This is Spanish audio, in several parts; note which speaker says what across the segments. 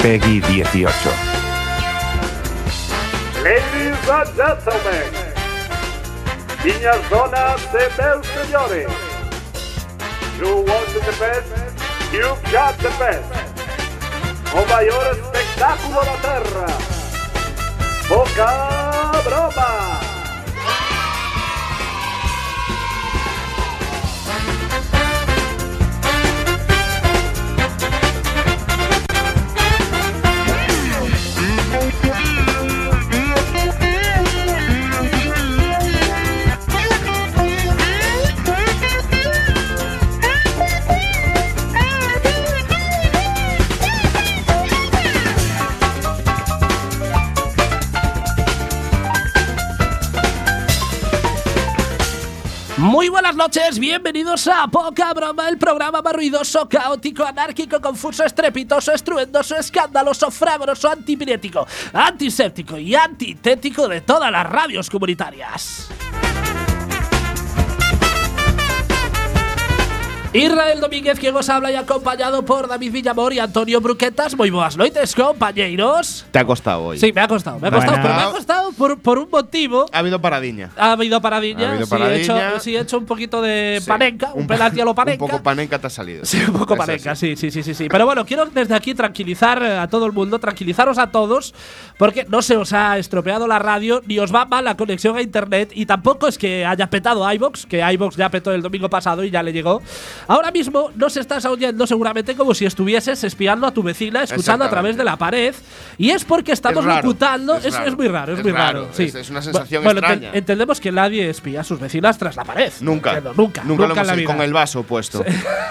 Speaker 1: Peggy 18.
Speaker 2: Ladies and gentlemen, niñas, donas y mil señores, you want the best, you got the best. O mayor espectáculo de la tierra, poca broma.
Speaker 3: Muy buenas noches, bienvenidos a Poca Broma, el programa más ruidoso, caótico, anárquico, confuso, estrepitoso, estruendoso, escandaloso, fragoroso, antipirético, antiséptico y antitético de todas las radios comunitarias. Israel Domínguez, quien os habla y acompañado por David Villamor y Antonio Bruquetas. Muy buenas noches, compañeros.
Speaker 4: Te ha costado hoy.
Speaker 3: Sí, me ha costado, me ha costado, pero me ha costado por, por un motivo.
Speaker 4: Ha habido paradiña.
Speaker 3: Ha habido paradiña.
Speaker 4: Ha habido
Speaker 3: sí,
Speaker 4: paradiña.
Speaker 3: He hecho, sí, he hecho un poquito de
Speaker 4: Sí.
Speaker 3: panenca, un, penalti a lo
Speaker 4: Un
Speaker 3: panenca.
Speaker 4: poco panenca te ha salido.
Speaker 3: Sí, un poco
Speaker 4: Es
Speaker 3: panenca,
Speaker 4: así.
Speaker 3: sí, sí, sí, sí, sí. Pero bueno, quiero desde aquí tranquilizar eh, a todo el mundo, tranquilizaros a todos, porque no se os ha estropeado la radio, ni os va mal la conexión a internet, y tampoco es que haya petado iBox, que iBox ya petó el domingo pasado y ya le llegó. Ahora mismo nos estás oyendo seguramente como si estuvieses espiando a tu vecina, escuchando a través
Speaker 4: Exactamente.
Speaker 3: de la pared, y es porque estamos
Speaker 4: Es raro,
Speaker 3: locutando.
Speaker 4: es
Speaker 3: Es,
Speaker 4: raro,
Speaker 3: es muy raro, es,
Speaker 4: es
Speaker 3: muy
Speaker 4: raro,
Speaker 3: raro. sí.
Speaker 4: es- es una sensación
Speaker 3: bueno, ente-
Speaker 4: extraña.
Speaker 3: entendemos que nadie espía a sus vecinas tras la pared.
Speaker 4: Nunca.
Speaker 3: Entiendo, nunca.
Speaker 4: Nunca lo
Speaker 3: en
Speaker 4: hemos
Speaker 3: la
Speaker 4: hecho
Speaker 3: vida.
Speaker 4: con el vaso puesto.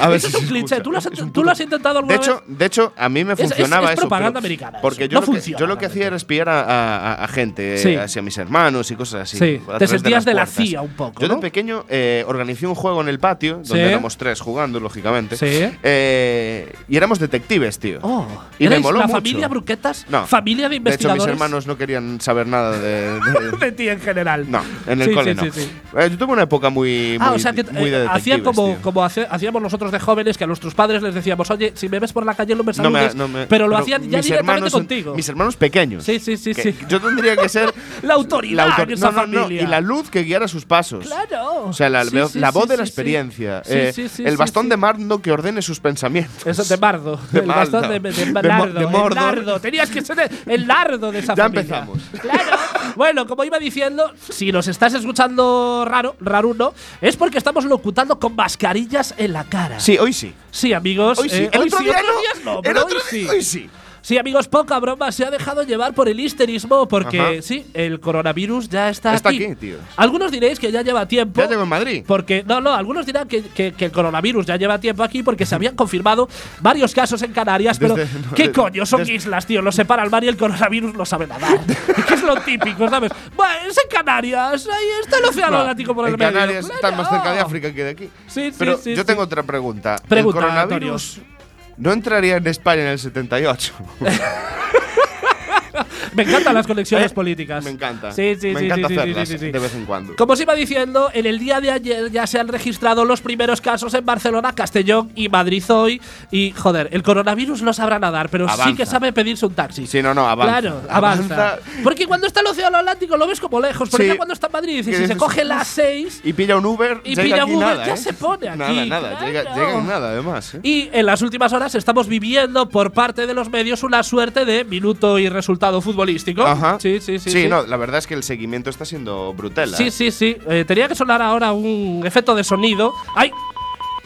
Speaker 4: A ver
Speaker 3: Eso es
Speaker 4: si
Speaker 3: un
Speaker 4: se
Speaker 3: cliché.
Speaker 4: escucha.
Speaker 3: ¿Tú lo has,
Speaker 4: Es un
Speaker 3: tú lo
Speaker 4: puto-
Speaker 3: has intentado alguna
Speaker 4: de hecho,
Speaker 3: vez?
Speaker 4: de hecho, a mí me
Speaker 3: Es- es-
Speaker 4: funcionaba
Speaker 3: es
Speaker 4: eso. pero-
Speaker 3: propaganda americana
Speaker 4: Porque
Speaker 3: eso.
Speaker 4: yo,
Speaker 3: No
Speaker 4: lo que,
Speaker 3: funciona
Speaker 4: yo lo que
Speaker 3: realmente.
Speaker 4: hacía era espiar a, a- a- a gente, eh,
Speaker 3: Sí.
Speaker 4: hacia mis hermanos y cosas así.
Speaker 3: Sí.
Speaker 4: a
Speaker 3: Te
Speaker 4: través
Speaker 3: sentías
Speaker 4: las
Speaker 3: de la
Speaker 4: puertas.
Speaker 3: CIA un poco,
Speaker 4: Yo
Speaker 3: ¿no?
Speaker 4: de pequeño eh, organizé un juego en el patio, donde
Speaker 3: Sí.
Speaker 4: éramos tres jugando, lógicamente.
Speaker 3: Sí.
Speaker 4: Eh, y éramos detectives, tío.
Speaker 3: Oh,
Speaker 4: y me
Speaker 3: ¿erais
Speaker 4: moló
Speaker 3: la
Speaker 4: mucho.
Speaker 3: familia Bruquetas?
Speaker 4: No.
Speaker 3: ¿Familia de
Speaker 4: De hecho,
Speaker 3: investigadores?
Speaker 4: mis hermanos no querían saber nada de. de-
Speaker 3: de ti en general.
Speaker 4: no, en el
Speaker 3: Sí,
Speaker 4: cole
Speaker 3: sí,
Speaker 4: no.
Speaker 3: sí, sí.
Speaker 4: Eh, yo tuve una época muy.
Speaker 3: Ah,
Speaker 4: muy-
Speaker 3: o sea que
Speaker 4: muy de
Speaker 3: eh, hacían
Speaker 4: detectives,
Speaker 3: como,
Speaker 4: tío.
Speaker 3: como hace- hacíamos nosotros de jóvenes que a nuestros padres les decíamos, oye, si me ves por la calle no me
Speaker 4: No me-
Speaker 3: saludes,
Speaker 4: no me-
Speaker 3: pero lo hacían ya
Speaker 4: mis
Speaker 3: directamente
Speaker 4: hermanos son-
Speaker 3: contigo.
Speaker 4: Mis hermanos pequeños.
Speaker 3: Sí, sí, sí,
Speaker 4: Que
Speaker 3: sí.
Speaker 4: Yo tendría que ser.
Speaker 3: La autoridad en esa
Speaker 4: no, no, no,
Speaker 3: familia.
Speaker 4: Y la luz que guiara sus pasos.
Speaker 3: Claro.
Speaker 4: O sea, la,
Speaker 3: Sí,
Speaker 4: veo-
Speaker 3: sí,
Speaker 4: la voz
Speaker 3: sí,
Speaker 4: de la
Speaker 3: sí, sí.
Speaker 4: experiencia.
Speaker 3: Sí,
Speaker 4: eh,
Speaker 3: sí, sí,
Speaker 4: el
Speaker 3: sí,
Speaker 4: bastón
Speaker 3: sí.
Speaker 4: de Marno que ordene sus pensamientos.
Speaker 3: Eso de Mardo.
Speaker 4: De
Speaker 3: el bastón
Speaker 4: Mardo.
Speaker 3: de, de,
Speaker 4: De Mo-
Speaker 3: Lardo.
Speaker 4: de
Speaker 3: el
Speaker 4: Mordo.
Speaker 3: Lardo. Tenías que ser el- el lardo de esa
Speaker 4: Ya
Speaker 3: familia.
Speaker 4: empezamos.
Speaker 3: Claro. Bueno, como iba diciendo, si nos estás escuchando raro, raruno, es porque estamos locutando con mascarillas en la cara.
Speaker 4: Sí, hoy sí.
Speaker 3: Sí, amigos.
Speaker 4: Hoy sí.
Speaker 3: eh,
Speaker 4: el otro día
Speaker 3: otros días
Speaker 4: no. el
Speaker 3: pero
Speaker 4: otro
Speaker 3: hoy
Speaker 4: día
Speaker 3: sí.
Speaker 4: hoy sí.
Speaker 3: Sí, amigos, poca broma, se ha dejado llevar por el histerismo porque
Speaker 4: Ajá.
Speaker 3: sí, el coronavirus ya está,
Speaker 4: Está
Speaker 3: aquí.
Speaker 4: aquí, tío.
Speaker 3: Algunos diréis que ya lleva tiempo.
Speaker 4: Ya llegó en Madrid.
Speaker 3: Porque, no, no, algunos dirán que, que- que el coronavirus ya lleva tiempo aquí porque se habían confirmado varios casos en Canarias, pero
Speaker 4: Desde- no,
Speaker 3: ¿qué
Speaker 4: de-
Speaker 3: coño? Son
Speaker 4: desde-
Speaker 3: islas, tío, los separa el mar y el coronavirus no sabe nadar. que es lo típico, ¿sabes? Bueno, es en Canarias, ahí está el océano
Speaker 4: No,
Speaker 3: Atlántico por el
Speaker 4: en
Speaker 3: medio.
Speaker 4: Canarias están más cerca de
Speaker 3: claro.
Speaker 4: África que de aquí.
Speaker 3: Sí, sí,
Speaker 4: Pero
Speaker 3: sí,
Speaker 4: yo
Speaker 3: sí.
Speaker 4: tengo otra pregunta.
Speaker 3: Pregunta,
Speaker 4: el coronavirus no entraría en España en el 78.
Speaker 3: Me encantan las conexiones
Speaker 4: Eh,
Speaker 3: políticas.
Speaker 4: Me encanta.
Speaker 3: Sí, sí,
Speaker 4: Me
Speaker 3: sí,
Speaker 4: encanta
Speaker 3: sí, sí,
Speaker 4: hacerlas
Speaker 3: sí, sí, sí.
Speaker 4: de vez en cuando.
Speaker 3: Como os iba diciendo, en el día de ayer ya se han registrado los primeros casos en Barcelona, Castellón y Madrid hoy. Y, joder, el coronavirus no sabrá nadar, pero sí
Speaker 4: Avanza.
Speaker 3: que sabe pedirse un taxi.
Speaker 4: Sí, no, no, avanza.
Speaker 3: Claro, avanza.
Speaker 4: Avanza.
Speaker 3: Porque cuando está el Océano Atlántico lo ves como lejos. Porque
Speaker 4: Sí.
Speaker 3: ya cuando está en Madrid,
Speaker 4: Que
Speaker 3: dices, si se
Speaker 4: dices,
Speaker 3: coge
Speaker 4: "Uf".
Speaker 3: las 6,
Speaker 4: Y pilla un Uber.
Speaker 3: Y
Speaker 4: llega
Speaker 3: pilla
Speaker 4: aquí
Speaker 3: Uber,
Speaker 4: nada,
Speaker 3: ya
Speaker 4: ¿eh?
Speaker 3: se pone aquí,
Speaker 4: Nada, nada. Llega,
Speaker 3: claro.
Speaker 4: llega en nada, además. ¿eh?
Speaker 3: Y en las últimas horas estamos viviendo por parte de los medios una suerte de minuto y resultado futbolístico.
Speaker 4: Ajá.
Speaker 3: Sí, sí, sí.
Speaker 4: Sí, no, la verdad es que el seguimiento está siendo brutal. ¿eh?
Speaker 3: Sí, sí, sí. Eh, tenía que sonar ahora un efecto de sonido. ¡Ay!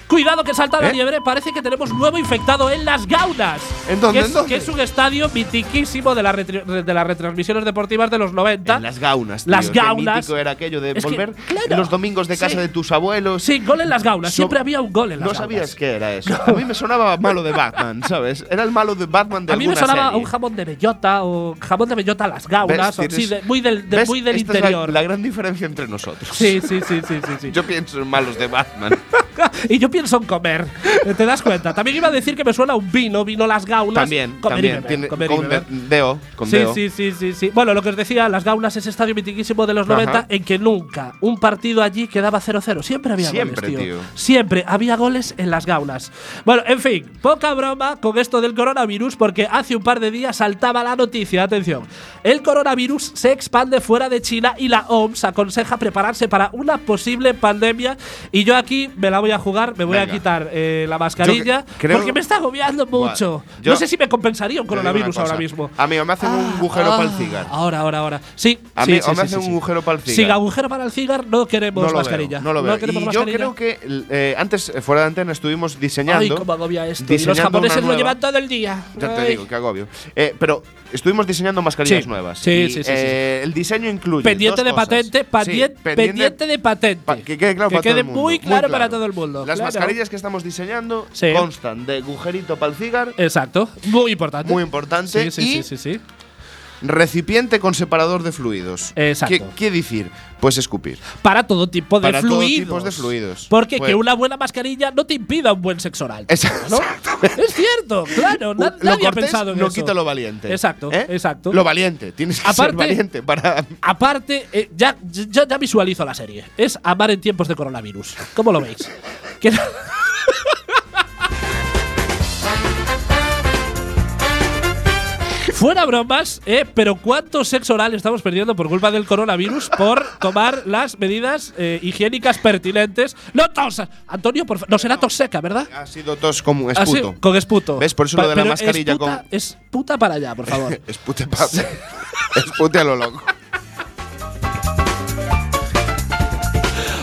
Speaker 3: Cuidado que salta la
Speaker 4: ¿Eh?
Speaker 3: liebre. Parece que tenemos nuevo infectado en las gaunas.
Speaker 4: ¿En dónde,
Speaker 3: Que es,
Speaker 4: en dónde?
Speaker 3: que es un estadio mitiquísimo de, la retri- de las retransmisiones deportivas de los 90.
Speaker 4: En las gaunas. Tío,
Speaker 3: Las
Speaker 4: Qué
Speaker 3: gaunas.
Speaker 4: mítico era aquello de
Speaker 3: Es que,
Speaker 4: volver
Speaker 3: claro.
Speaker 4: los domingos de
Speaker 3: Sí.
Speaker 4: casa de tus abuelos.
Speaker 3: Sí, gol en las gaunas.
Speaker 4: So-
Speaker 3: Siempre había un gol en las
Speaker 4: No
Speaker 3: gaunas.
Speaker 4: sabías qué era eso. A mí me sonaba malo de Batman, ¿sabes? Era el malo de Batman de
Speaker 3: A mí me
Speaker 4: alguna
Speaker 3: sonaba
Speaker 4: serie.
Speaker 3: un jamón de bellota o jamón de bellota a las gaunas.
Speaker 4: ¿Ves?
Speaker 3: o sí, de-
Speaker 4: Tienes-
Speaker 3: muy del, de-
Speaker 4: ¿Ves?
Speaker 3: muy del
Speaker 4: Esta es la-
Speaker 3: interior.
Speaker 4: la gran diferencia entre nosotros.
Speaker 3: Sí, sí, sí, sí, sí. sí.
Speaker 4: Yo pienso en malos de Batman.
Speaker 3: y yo pienso en comer. ¿Te das cuenta? También iba a decir que me suena un vino, vino las gaunas.
Speaker 4: También,
Speaker 3: comer y
Speaker 4: también.
Speaker 3: beber,
Speaker 4: Tiene
Speaker 3: comer y
Speaker 4: con
Speaker 3: beber.
Speaker 4: de- deo. Con
Speaker 3: Sí,
Speaker 4: deo.
Speaker 3: sí, sí, sí, sí. Bueno, lo que os decía, Las Gaunas, ese estadio mitiquísimo de los
Speaker 4: Ajá.
Speaker 3: 90 en que nunca un partido allí quedaba 0-0. Siempre había
Speaker 4: Siempre,
Speaker 3: goles, tío.
Speaker 4: tío.
Speaker 3: Siempre había goles en Las Gaunas. Bueno, en fin, poca broma con esto del coronavirus porque hace un par de días saltaba la noticia, atención. El coronavirus se expande fuera de China y la OMS aconseja prepararse para una posible pandemia y yo aquí me la voy a jugar, me voy a
Speaker 4: Venga.
Speaker 3: quitar eh, la mascarilla
Speaker 4: creo-
Speaker 3: porque me está agobiando mucho.
Speaker 4: yo-
Speaker 3: no sé si me compensaría un
Speaker 4: Te digo una
Speaker 3: coronavirus ahora
Speaker 4: cosa.
Speaker 3: mismo.
Speaker 4: Amigo, me hacen un agujero para el cigar.
Speaker 3: Ah, Ahora, ahora, ahora. Sí,
Speaker 4: A
Speaker 3: sí,
Speaker 4: mí,
Speaker 3: sí,
Speaker 4: o me
Speaker 3: sí,
Speaker 4: hacen
Speaker 3: sí,
Speaker 4: un
Speaker 3: sí.
Speaker 4: agujero para el cigar.
Speaker 3: Sin agujero para el cigar no queremos
Speaker 4: no lo
Speaker 3: mascarilla.
Speaker 4: Veo, no lo veo.
Speaker 3: queremos
Speaker 4: y
Speaker 3: mascarilla.
Speaker 4: yo creo que eh, antes, eh, fuera de antena, estuvimos diseñando.
Speaker 3: Ay, cómo agobia esto. Y los
Speaker 4: diseñando una
Speaker 3: japoneses lo
Speaker 4: nueva-
Speaker 3: llevan todo el día.
Speaker 4: Ya te
Speaker 3: Ay.
Speaker 4: digo, que agobio. Eh, pero estuvimos diseñando mascarillas
Speaker 3: Sí,
Speaker 4: nuevas.
Speaker 3: sí,
Speaker 4: y,
Speaker 3: sí, sí, sí, sí.
Speaker 4: eh, El diseño incluye.
Speaker 3: Pendiente
Speaker 4: dos
Speaker 3: de
Speaker 4: cosas.
Speaker 3: patente,
Speaker 4: Sí,
Speaker 3: patien- pendiente de patente.
Speaker 4: pa- que quede claro para todo
Speaker 3: quede
Speaker 4: el mundo,
Speaker 3: muy claro para todo el mundo.
Speaker 4: Las
Speaker 3: claro.
Speaker 4: mascarillas que estamos diseñando
Speaker 3: Sí.
Speaker 4: constan de agujerito para el cigar,
Speaker 3: Exacto. Muy importante.
Speaker 4: muy importante,
Speaker 3: Sí, sí,
Speaker 4: y
Speaker 3: sí, sí, sí.
Speaker 4: recipiente con separador de fluidos.
Speaker 3: Exacto.
Speaker 4: ¿Qué, qué decir? Pues escupir.
Speaker 3: Para todo tipo de
Speaker 4: Para todo
Speaker 3: fluidos.
Speaker 4: tipos de fluidos.
Speaker 3: Porque
Speaker 4: Pues-
Speaker 3: que una buena mascarilla no te impida un buen sexo oral. ¿no?
Speaker 4: Exacto.
Speaker 3: es cierto, claro. na-
Speaker 4: lo
Speaker 3: nadie ha
Speaker 4: cortés
Speaker 3: pensado en
Speaker 4: no
Speaker 3: eso.
Speaker 4: quita lo valiente.
Speaker 3: Exacto,
Speaker 4: ¿Eh?
Speaker 3: exacto.
Speaker 4: Lo valiente. Tienes que
Speaker 3: Aparte-
Speaker 4: ser valiente para
Speaker 3: Aparte, eh, ya, ya, ya visualizo la serie. Es amar en tiempos de coronavirus. ¿Cómo lo veis? Que no- Fuera bromas, eh, pero ¿cuánto sexo oral estamos perdiendo por culpa del coronavirus por tomar las medidas eh, higiénicas pertinentes? ¡No tosas! Antonio, por fa- no será tos seca, ¿verdad?
Speaker 4: Ha sido tos como un
Speaker 3: Así,
Speaker 4: esputo.
Speaker 3: Ah, con esputo.
Speaker 4: ¿Ves? Por eso lo de la
Speaker 3: pero
Speaker 4: mascarilla
Speaker 3: es puta,
Speaker 4: con-
Speaker 3: Es puta para allá, por favor.
Speaker 4: Espute pa- Espute a lo loco.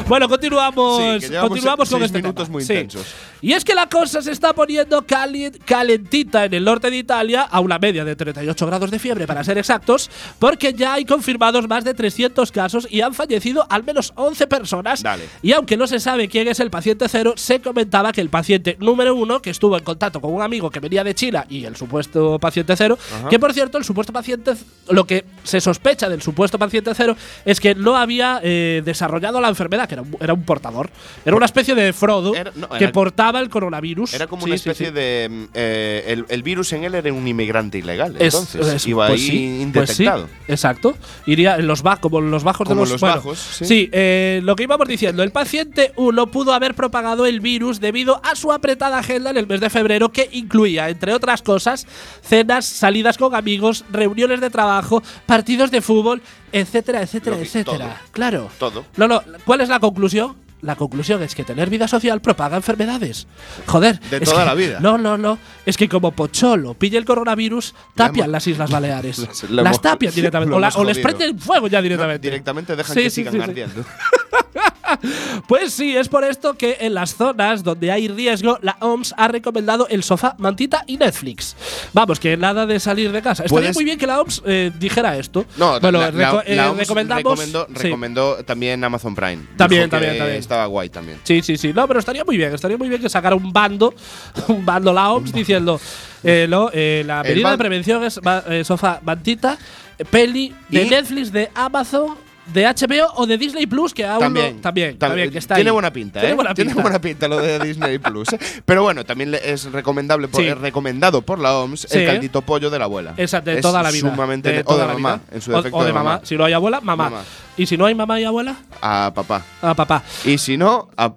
Speaker 3: Bueno, continuamos,
Speaker 4: Sí, que llevamos
Speaker 3: continuamos con
Speaker 4: seis
Speaker 3: este
Speaker 4: minutos
Speaker 3: tema.
Speaker 4: muy
Speaker 3: Sí.
Speaker 4: intensos.
Speaker 3: Y es que la cosa se está poniendo cali- calentita en el norte de Italia, a una media de 38 grados de fiebre para ser exactos, porque ya hay confirmados más de 300 casos y han fallecido al menos 11 personas.
Speaker 4: Dale.
Speaker 3: Y aunque no se sabe quién es el paciente cero, se comentaba que el paciente número uno, que estuvo en contacto con un amigo que venía de China y el supuesto paciente cero, que por cierto, el supuesto paciente, lo que se sospecha del supuesto paciente cero es que no había eh, desarrollado la enfermedad, que era un, era un portador. Era una especie de Frodo
Speaker 4: Era- no,
Speaker 3: que
Speaker 4: era-
Speaker 3: portaba el coronavirus.
Speaker 4: Era como
Speaker 3: Sí,
Speaker 4: una
Speaker 3: sí,
Speaker 4: especie
Speaker 3: sí.
Speaker 4: de. mm, eh, el, el virus en él era un inmigrante ilegal.
Speaker 3: Es-
Speaker 4: Entonces
Speaker 3: es-
Speaker 4: iba
Speaker 3: pues
Speaker 4: ahí
Speaker 3: sí, pues sí,
Speaker 4: indetectado.
Speaker 3: exacto. Iría en los bajos, como en los bajos
Speaker 4: Como
Speaker 3: de los,
Speaker 4: los bajos, sí.
Speaker 3: eh, lo que íbamos diciendo, el paciente 1 pudo haber propagado el virus debido a su apretada agenda en el mes de febrero, que incluía, entre otras cosas, cenas, salidas con amigos, reuniones de trabajo, partidos de fútbol, etcétera, etcétera,
Speaker 4: Lo que-
Speaker 3: etcétera.
Speaker 4: todo.
Speaker 3: Claro.
Speaker 4: Todo.
Speaker 3: No, no, ¿cuál es la conclusión? La conclusión es que tener vida social propaga enfermedades. Joder.
Speaker 4: De
Speaker 3: es
Speaker 4: toda
Speaker 3: que-
Speaker 4: la vida.
Speaker 3: No, no, no. Es que como Pocholo pille el coronavirus, tapian las Islas Baleares.
Speaker 4: Las-
Speaker 3: las
Speaker 4: lo hemos-
Speaker 3: tapian directamente.
Speaker 4: lo
Speaker 3: O, la-
Speaker 4: hemos
Speaker 3: o les
Speaker 4: jodido.
Speaker 3: prenden fuego ya
Speaker 4: No,
Speaker 3: directamente.
Speaker 4: directamente dejan
Speaker 3: Sí,
Speaker 4: que
Speaker 3: sí,
Speaker 4: sigan
Speaker 3: sí, sí.
Speaker 4: ardiendo.
Speaker 3: Pues sí, es por esto que en las zonas donde hay riesgo, la OMS ha recomendado el sofá, mantita y Netflix. Vamos, que nada de salir de casa. Estaría
Speaker 4: Puedes-
Speaker 3: muy bien que la OMS eh, dijera esto.
Speaker 4: No,
Speaker 3: bueno,
Speaker 4: la, la-
Speaker 3: reco- eh,
Speaker 4: la OMS
Speaker 3: recomendamos.
Speaker 4: recomendó,
Speaker 3: sí.
Speaker 4: recomendó también Amazon Prime.
Speaker 3: También,
Speaker 4: Dijo
Speaker 3: también,
Speaker 4: que
Speaker 3: también.
Speaker 4: Estaba guay también.
Speaker 3: Sí, sí, sí. No, pero estaría muy bien. Estaría muy bien que sacara un bando, un bando la OMS diciendo, eh, no, eh, la
Speaker 4: El
Speaker 3: medida de
Speaker 4: ban-
Speaker 3: prevención es ba- eh, sofá, mantita, eh, peli de
Speaker 4: Y-
Speaker 3: Netflix, de Amazon, de HBO o de Disney Plus, que aún
Speaker 4: También,
Speaker 3: no- también,
Speaker 4: tam-
Speaker 3: también, que está
Speaker 4: tiene
Speaker 3: ahí.
Speaker 4: buena pinta,
Speaker 3: Tiene
Speaker 4: ¿eh?
Speaker 3: buena
Speaker 4: Tiene
Speaker 3: pinta.
Speaker 4: buena pinta lo de Disney Plus. ¿eh? Pero bueno, también le- es recomendable por-
Speaker 3: Sí.
Speaker 4: es recomendado por la OMS
Speaker 3: Sí.
Speaker 4: el caldito pollo de la abuela.
Speaker 3: Exacto, de
Speaker 4: Es
Speaker 3: toda la vida.
Speaker 4: Sumamente
Speaker 3: de
Speaker 4: ne-
Speaker 3: toda
Speaker 4: o de
Speaker 3: la
Speaker 4: mamá,
Speaker 3: vida.
Speaker 4: en su
Speaker 3: O-
Speaker 4: defecto
Speaker 3: O, de mamá. Si no hay abuela, mamá.
Speaker 4: Mamá.
Speaker 3: Y si no hay mamá y abuela,
Speaker 4: A papá.
Speaker 3: a papá.
Speaker 4: Y si no, a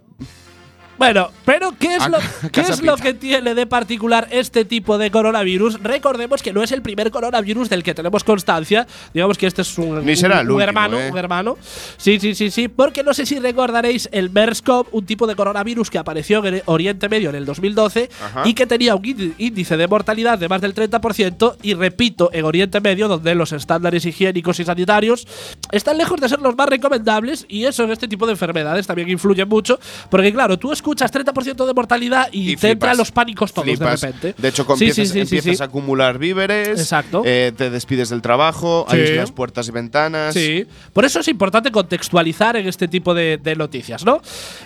Speaker 3: Bueno, pero ¿qué es,
Speaker 4: A
Speaker 3: lo,
Speaker 4: ca-
Speaker 3: ¿qué
Speaker 4: Ah, casa
Speaker 3: es lo
Speaker 4: pizza.
Speaker 3: que tiene de particular este tipo de coronavirus? Recordemos que no es el primer coronavirus del que tenemos constancia. Digamos que este es un,
Speaker 4: Ni será
Speaker 3: un-
Speaker 4: el
Speaker 3: un
Speaker 4: último,
Speaker 3: hermano,
Speaker 4: ¿eh?
Speaker 3: un hermano. Sí, sí, sí, sí. Porque no sé si recordaréis el MERS-CoV, un tipo de coronavirus que apareció en Oriente Medio en el 2012
Speaker 4: Ajá.
Speaker 3: y que tenía un índi- índice de mortalidad de más del 30%. Y repito, en Oriente Medio, donde los estándares higiénicos y sanitarios están lejos de ser los más recomendables, y eso en este tipo de enfermedades también influye mucho. Porque, claro, tú escuchas 30% de mortalidad y,
Speaker 4: Y
Speaker 3: te entran
Speaker 4: flipas.
Speaker 3: los pánicos todos
Speaker 4: flipas.
Speaker 3: de repente.
Speaker 4: De hecho, com-
Speaker 3: Sí, sí,
Speaker 4: empiezas,
Speaker 3: sí, sí,
Speaker 4: empiezas
Speaker 3: sí.
Speaker 4: a acumular víveres.
Speaker 3: Exacto.
Speaker 4: eh, te despides del trabajo,
Speaker 3: Sí.
Speaker 4: aíslas puertas y ventanas.
Speaker 3: Sí. Por eso es importante contextualizar en este tipo de, de noticias, ¿no?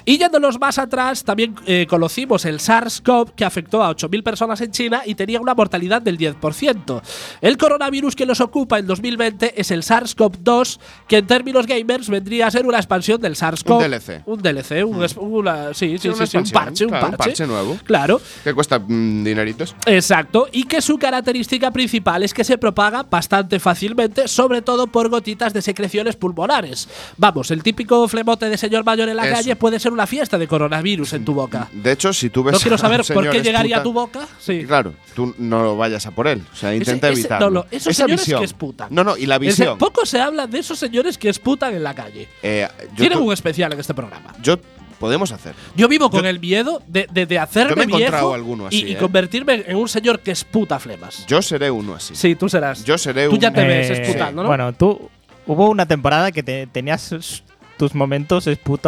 Speaker 3: Y yéndonos más atrás, también eh, conocimos el SARS-CoV que afectó a 8.000 personas en China y tenía una mortalidad del 10%. El coronavirus que nos ocupa en 2020 es el SARS-CoV-2, que en términos gamers vendría a ser una expansión del SARS-CoV.
Speaker 4: Un DLC.
Speaker 3: Un DLC, un es- una- sí, sí, sí, sí, sí, un parche, un
Speaker 4: claro,
Speaker 3: parche.
Speaker 4: un parche nuevo.
Speaker 3: Claro.
Speaker 4: Que cuesta mm, dineritos.
Speaker 3: Exacto, y que su característica principal es que se propaga bastante fácilmente, sobre todo por gotitas de secreciones pulmonares. Vamos, el típico flemote de señor mayor en la
Speaker 4: Eso.
Speaker 3: calle puede ser una fiesta de coronavirus en tu boca.
Speaker 4: De hecho, si tú ves.
Speaker 3: No quiero
Speaker 4: a un
Speaker 3: saber por
Speaker 4: señor
Speaker 3: qué llegaría
Speaker 4: esputa-
Speaker 3: a tu boca. Sí.
Speaker 4: Claro, tú no lo vayas a por él. O sea,
Speaker 3: Ese-
Speaker 4: intenta
Speaker 3: ese-
Speaker 4: evitarlo.
Speaker 3: no, no, esos
Speaker 4: Esa
Speaker 3: señores
Speaker 4: visión.
Speaker 3: que esputan.
Speaker 4: No, no, y la
Speaker 3: Es de-
Speaker 4: visión.
Speaker 3: poco se habla de esos señores que esputan en la calle.
Speaker 4: Eh, yo
Speaker 3: Tienen
Speaker 4: tu-
Speaker 3: un especial en este programa.
Speaker 4: yo podemos hacer.
Speaker 3: Yo vivo con el miedo de, de, de hacerme
Speaker 4: Yo me he encontrado
Speaker 3: viejo
Speaker 4: alguno
Speaker 3: y-
Speaker 4: así,
Speaker 3: y,
Speaker 4: ¿eh?
Speaker 3: convertirme en un señor que esputa flemas.
Speaker 4: Yo seré uno así.
Speaker 3: sí, tú serás.
Speaker 4: Yo seré
Speaker 3: Tú
Speaker 4: un.
Speaker 3: ya te ves
Speaker 1: Eh,
Speaker 3: esputando, ¿no?
Speaker 1: Bueno, tú hubo una temporada que te- tenías s- tus momentos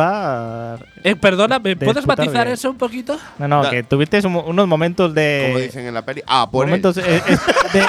Speaker 1: esputa.
Speaker 3: Eh, perdona, ¿me
Speaker 1: De
Speaker 3: puedes
Speaker 1: esputar
Speaker 3: matizar
Speaker 1: bien.
Speaker 3: eso un poquito?
Speaker 1: No, no,
Speaker 4: Da-
Speaker 1: que tuviste un- unos momentos
Speaker 4: como
Speaker 1: de
Speaker 4: dicen en la peli. Ah, por él.
Speaker 1: momentos eh, es- de,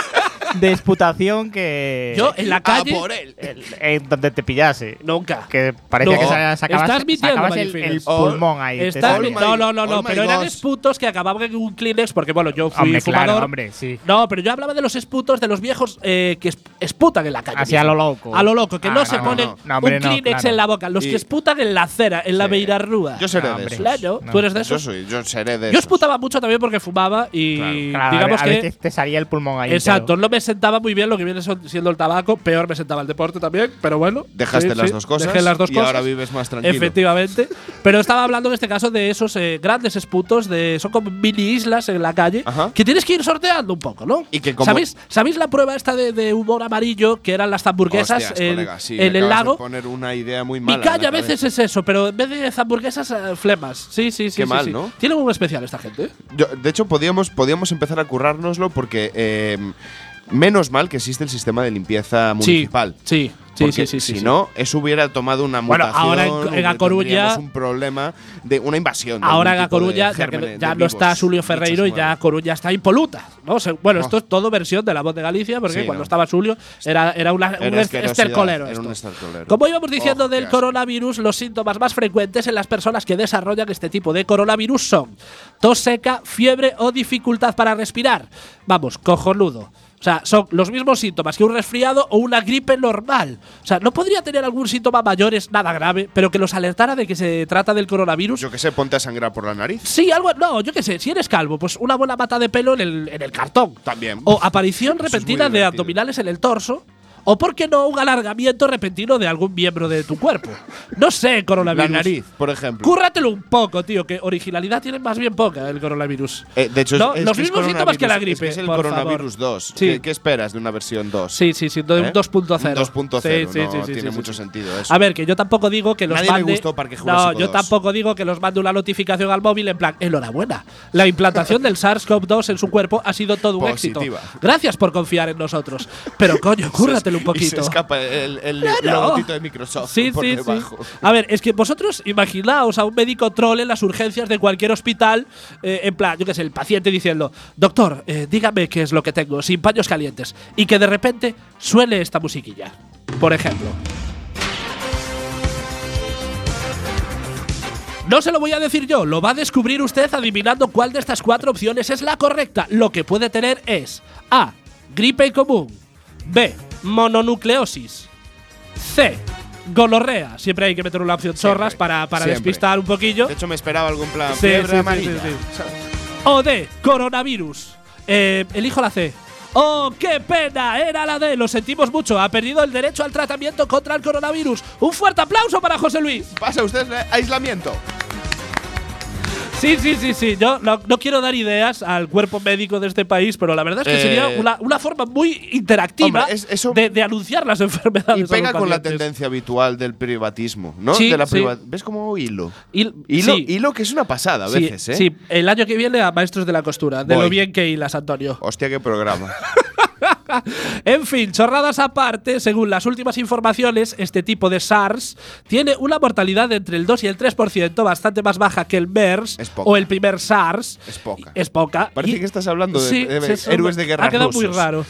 Speaker 1: de esputación que
Speaker 3: Yo en la
Speaker 4: Ah,
Speaker 3: calle
Speaker 4: por él.
Speaker 1: el- en donde te pillase.
Speaker 3: nunca.
Speaker 1: Que parecía
Speaker 3: No.
Speaker 1: que sa- sacabas,
Speaker 3: Estás mintiendo,
Speaker 1: sacabas el,
Speaker 3: Magnificent.
Speaker 1: el pulmón ahí. te
Speaker 3: Estás
Speaker 1: sale.
Speaker 3: mi-
Speaker 4: my-
Speaker 3: no, no, no, no,
Speaker 4: oh my
Speaker 3: pero eran
Speaker 4: gosh.
Speaker 3: esputos que acababan en un Kleenex porque bueno, yo fui
Speaker 1: hombre,
Speaker 3: fumador.
Speaker 1: claro, hombre, sí.
Speaker 3: No, pero yo hablaba de los esputos de los viejos eh, que es- esputan en la calle.
Speaker 1: Así a lo loco.
Speaker 3: A lo loco, que
Speaker 1: Ah,
Speaker 3: no, se
Speaker 1: no,
Speaker 3: ponen
Speaker 1: no, no, hombre,
Speaker 3: un
Speaker 1: no,
Speaker 3: Kleenex
Speaker 1: claro.
Speaker 3: en la boca, los
Speaker 4: Y-
Speaker 3: que esputan en la acera, en la
Speaker 4: Sí.
Speaker 3: beirarrúa.
Speaker 4: Yo seré
Speaker 1: No,
Speaker 4: de
Speaker 1: hombre.
Speaker 4: esos.
Speaker 3: Claro,
Speaker 1: No.
Speaker 3: tú eres de
Speaker 4: Yo,
Speaker 3: esos. Yo,
Speaker 4: soy, yo seré de esos.
Speaker 3: esputaba mucho también porque fumaba y
Speaker 1: Claro, a-
Speaker 3: digamos
Speaker 1: a
Speaker 3: que
Speaker 1: veces te salía el pulmón ahí.
Speaker 3: Exacto, no me sentaba muy bien lo que viene son- siendo el tabaco, peor me sentaba el deporte también, pero bueno.
Speaker 4: Dejaste
Speaker 3: sí,
Speaker 4: las
Speaker 3: sí,
Speaker 4: dos cosas.
Speaker 3: Dejé las dos
Speaker 4: y
Speaker 3: cosas.
Speaker 4: ahora vives más tranquilo.
Speaker 3: Efectivamente. Pero estaba hablando en este caso de esos eh, grandes esputos, de son como mini islas en la calle,
Speaker 4: Ajá.
Speaker 3: que tienes que ir sorteando un poco, ¿no?
Speaker 4: Y que como-
Speaker 3: ¿Sabéis, ¿Sabéis la prueba esta de, de humor amarillo que eran las hamburguesas
Speaker 4: Hostias,
Speaker 3: en,
Speaker 4: colega, sí,
Speaker 3: en
Speaker 4: me
Speaker 3: el
Speaker 4: acabas de
Speaker 3: lago?
Speaker 4: poner una idea muy
Speaker 3: Mi
Speaker 4: mala. en
Speaker 3: calle
Speaker 4: la
Speaker 3: a veces
Speaker 4: cabeza.
Speaker 3: es eso, pero en vez de hamburguesas, eh, flemas. Sí, sí, sí.
Speaker 4: Qué
Speaker 3: sí,
Speaker 4: mal,
Speaker 3: sí.
Speaker 4: ¿no?
Speaker 3: Tienen un especial esta gente. ¿eh?
Speaker 4: Yo- de hecho, podíamos, podíamos empezar a currárnoslo porque eh, menos mal que existe el sistema de limpieza municipal.
Speaker 3: Sí, sí, sí,
Speaker 4: Porque
Speaker 3: sí, sí,
Speaker 4: si
Speaker 3: sí.
Speaker 4: no, eso hubiera tomado una
Speaker 3: Bueno,
Speaker 4: mutación.
Speaker 3: ahora en- en
Speaker 4: hubiera-
Speaker 3: A Coruña-
Speaker 4: tendríamos un problema de una invasión. de
Speaker 3: Ahora
Speaker 4: algún
Speaker 3: a
Speaker 4: tipo de
Speaker 3: Coruña, ya, que
Speaker 4: gérmenes, de
Speaker 3: ya no
Speaker 4: vivos,
Speaker 3: está Julio
Speaker 4: bichos
Speaker 3: Ferreiro y ya
Speaker 4: nuevos.
Speaker 3: Coruña está impoluta. ¿no? Se- Bueno,
Speaker 4: No.
Speaker 3: esto es todo versión de la voz de Galicia, porque
Speaker 4: Ah. Sí,
Speaker 3: cuando
Speaker 4: no.
Speaker 3: estaba Julio era, era, una,
Speaker 4: Era
Speaker 3: un es-
Speaker 4: asquerosidad,
Speaker 3: estercolero.
Speaker 4: era
Speaker 3: esto.
Speaker 4: un estercolero.
Speaker 3: Como íbamos diciendo
Speaker 4: Oh, qué
Speaker 3: del
Speaker 4: asco.
Speaker 3: coronavirus, los síntomas más frecuentes en las personas que desarrollan este tipo de coronavirus son tos seca, fiebre o dificultad para respirar. Vamos, cojonudo. O sea, son los mismos síntomas que un resfriado o una gripe normal. O sea, no podría tener algún síntoma mayores, nada grave, pero que los alertara de que se trata del coronavirus.
Speaker 4: Pues Yo que sé, ponte a sangrar por la nariz.
Speaker 3: Sí, algo. No, yo qué sé, si eres calvo, pues una buena mata de pelo en el, en el cartón.
Speaker 4: También.
Speaker 3: O aparición
Speaker 4: Eso es
Speaker 3: repentina
Speaker 4: muy
Speaker 3: de
Speaker 4: divertido.
Speaker 3: abdominales en el torso. O, ¿por qué no un alargamiento repentino de algún miembro de tu cuerpo? No sé,
Speaker 4: La
Speaker 3: coronavirus.
Speaker 4: nariz, por ejemplo.
Speaker 3: Cúrratelo un poco, tío, que originalidad tiene más bien poca el coronavirus.
Speaker 4: Eh, de hecho,
Speaker 3: No,
Speaker 4: es, es
Speaker 3: los
Speaker 4: que es
Speaker 3: mismos síntomas que la
Speaker 4: coronavirus, es
Speaker 3: gripe,
Speaker 4: Es, el
Speaker 3: por
Speaker 4: coronavirus
Speaker 3: favor.
Speaker 4: 2.
Speaker 3: Sí.
Speaker 4: ¿Qué, qué esperas de una versión 2?
Speaker 3: Sí, sí, sí, de un
Speaker 4: ¿Eh?
Speaker 3: 2.0.
Speaker 4: 2.0,
Speaker 3: Sí, sí,
Speaker 4: no
Speaker 3: sí, sí,
Speaker 4: tiene
Speaker 3: sí,
Speaker 4: mucho
Speaker 3: sí.
Speaker 4: sentido eso.
Speaker 3: A ver, que yo tampoco digo que los
Speaker 4: Nadie me
Speaker 3: mande.
Speaker 4: gustó Parque Jurásico
Speaker 3: no, yo
Speaker 4: 2.
Speaker 3: tampoco digo que los mande una notificación al móvil en plan, enhorabuena. La implantación del SARS-CoV-2 en su cuerpo ha sido todo un
Speaker 4: Positiva.
Speaker 3: éxito. Gracias por confiar en nosotros. Pero coño, cúrratelo un
Speaker 4: Y se
Speaker 3: poquito.
Speaker 4: escapa el, el
Speaker 3: Claro.
Speaker 4: logotito de Microsoft
Speaker 3: Sí,
Speaker 4: por
Speaker 3: sí,
Speaker 4: debajo.
Speaker 3: sí. A ver, es que vosotros imaginaos a un médico troll en las urgencias de cualquier hospital, eh, en plan, yo qué sé, el paciente diciendo, doctor, eh, dígame qué es lo que tengo, sin paños calientes, y que de repente suene esta musiquilla, por ejemplo. No se lo voy a decir yo, lo va a descubrir usted adivinando cuál de estas cuatro opciones es la correcta. Lo que puede tener es A. Gripe común. B. Mononucleosis. C. Gonorrea. Siempre hay que meter una opción zorras
Speaker 4: Siempre,
Speaker 3: para, para
Speaker 4: siempre.
Speaker 3: despistar un poquillo.
Speaker 4: De hecho, me esperaba algún plan
Speaker 3: Sí,
Speaker 4: fiebre
Speaker 3: sí, sí,
Speaker 4: amarilla.
Speaker 3: sí, O D. Coronavirus. Eh, elijo la C. ¡Oh, qué pena! Era la D. Lo sentimos mucho. Ha perdido el derecho al tratamiento contra el coronavirus. Un fuerte aplauso para José Luis.
Speaker 4: Pasa usted eh, aislamiento.
Speaker 3: Sí, sí, sí, sí. Yo no, no quiero dar ideas al cuerpo médico de este país, pero la verdad es que
Speaker 4: Eh,
Speaker 3: sería una, una forma muy interactiva
Speaker 4: Hombre, es- eso-
Speaker 3: de, de anunciar las enfermedades.
Speaker 4: Y
Speaker 3: a los
Speaker 4: pega con la
Speaker 3: pacientes.
Speaker 4: tendencia habitual del privatismo, ¿no?
Speaker 3: Sí,
Speaker 4: De la
Speaker 3: sí.
Speaker 4: priva- ¿Ves cómo hilo?
Speaker 3: Hil-
Speaker 4: Hilo,
Speaker 3: sí.
Speaker 4: hilo que es una pasada a
Speaker 3: Sí,
Speaker 4: veces, ¿eh?
Speaker 3: sí, el año que viene a Maestros de la Costura, de
Speaker 4: Voy.
Speaker 3: lo bien que hilas, Antonio.
Speaker 4: Hostia, qué programa.
Speaker 3: En fin, chorradas aparte, según las últimas informaciones, este tipo de SARS tiene una mortalidad de entre el 2 y el 3%, bastante más baja que el MERS
Speaker 4: Es poca.
Speaker 3: o el primer SARS.
Speaker 4: Es poca.
Speaker 3: Es poca.
Speaker 4: Parece
Speaker 3: Y-
Speaker 4: que estás hablando de- de
Speaker 3: son-
Speaker 4: héroes de guerra
Speaker 3: Ha quedado muy
Speaker 4: rusos.
Speaker 3: raro.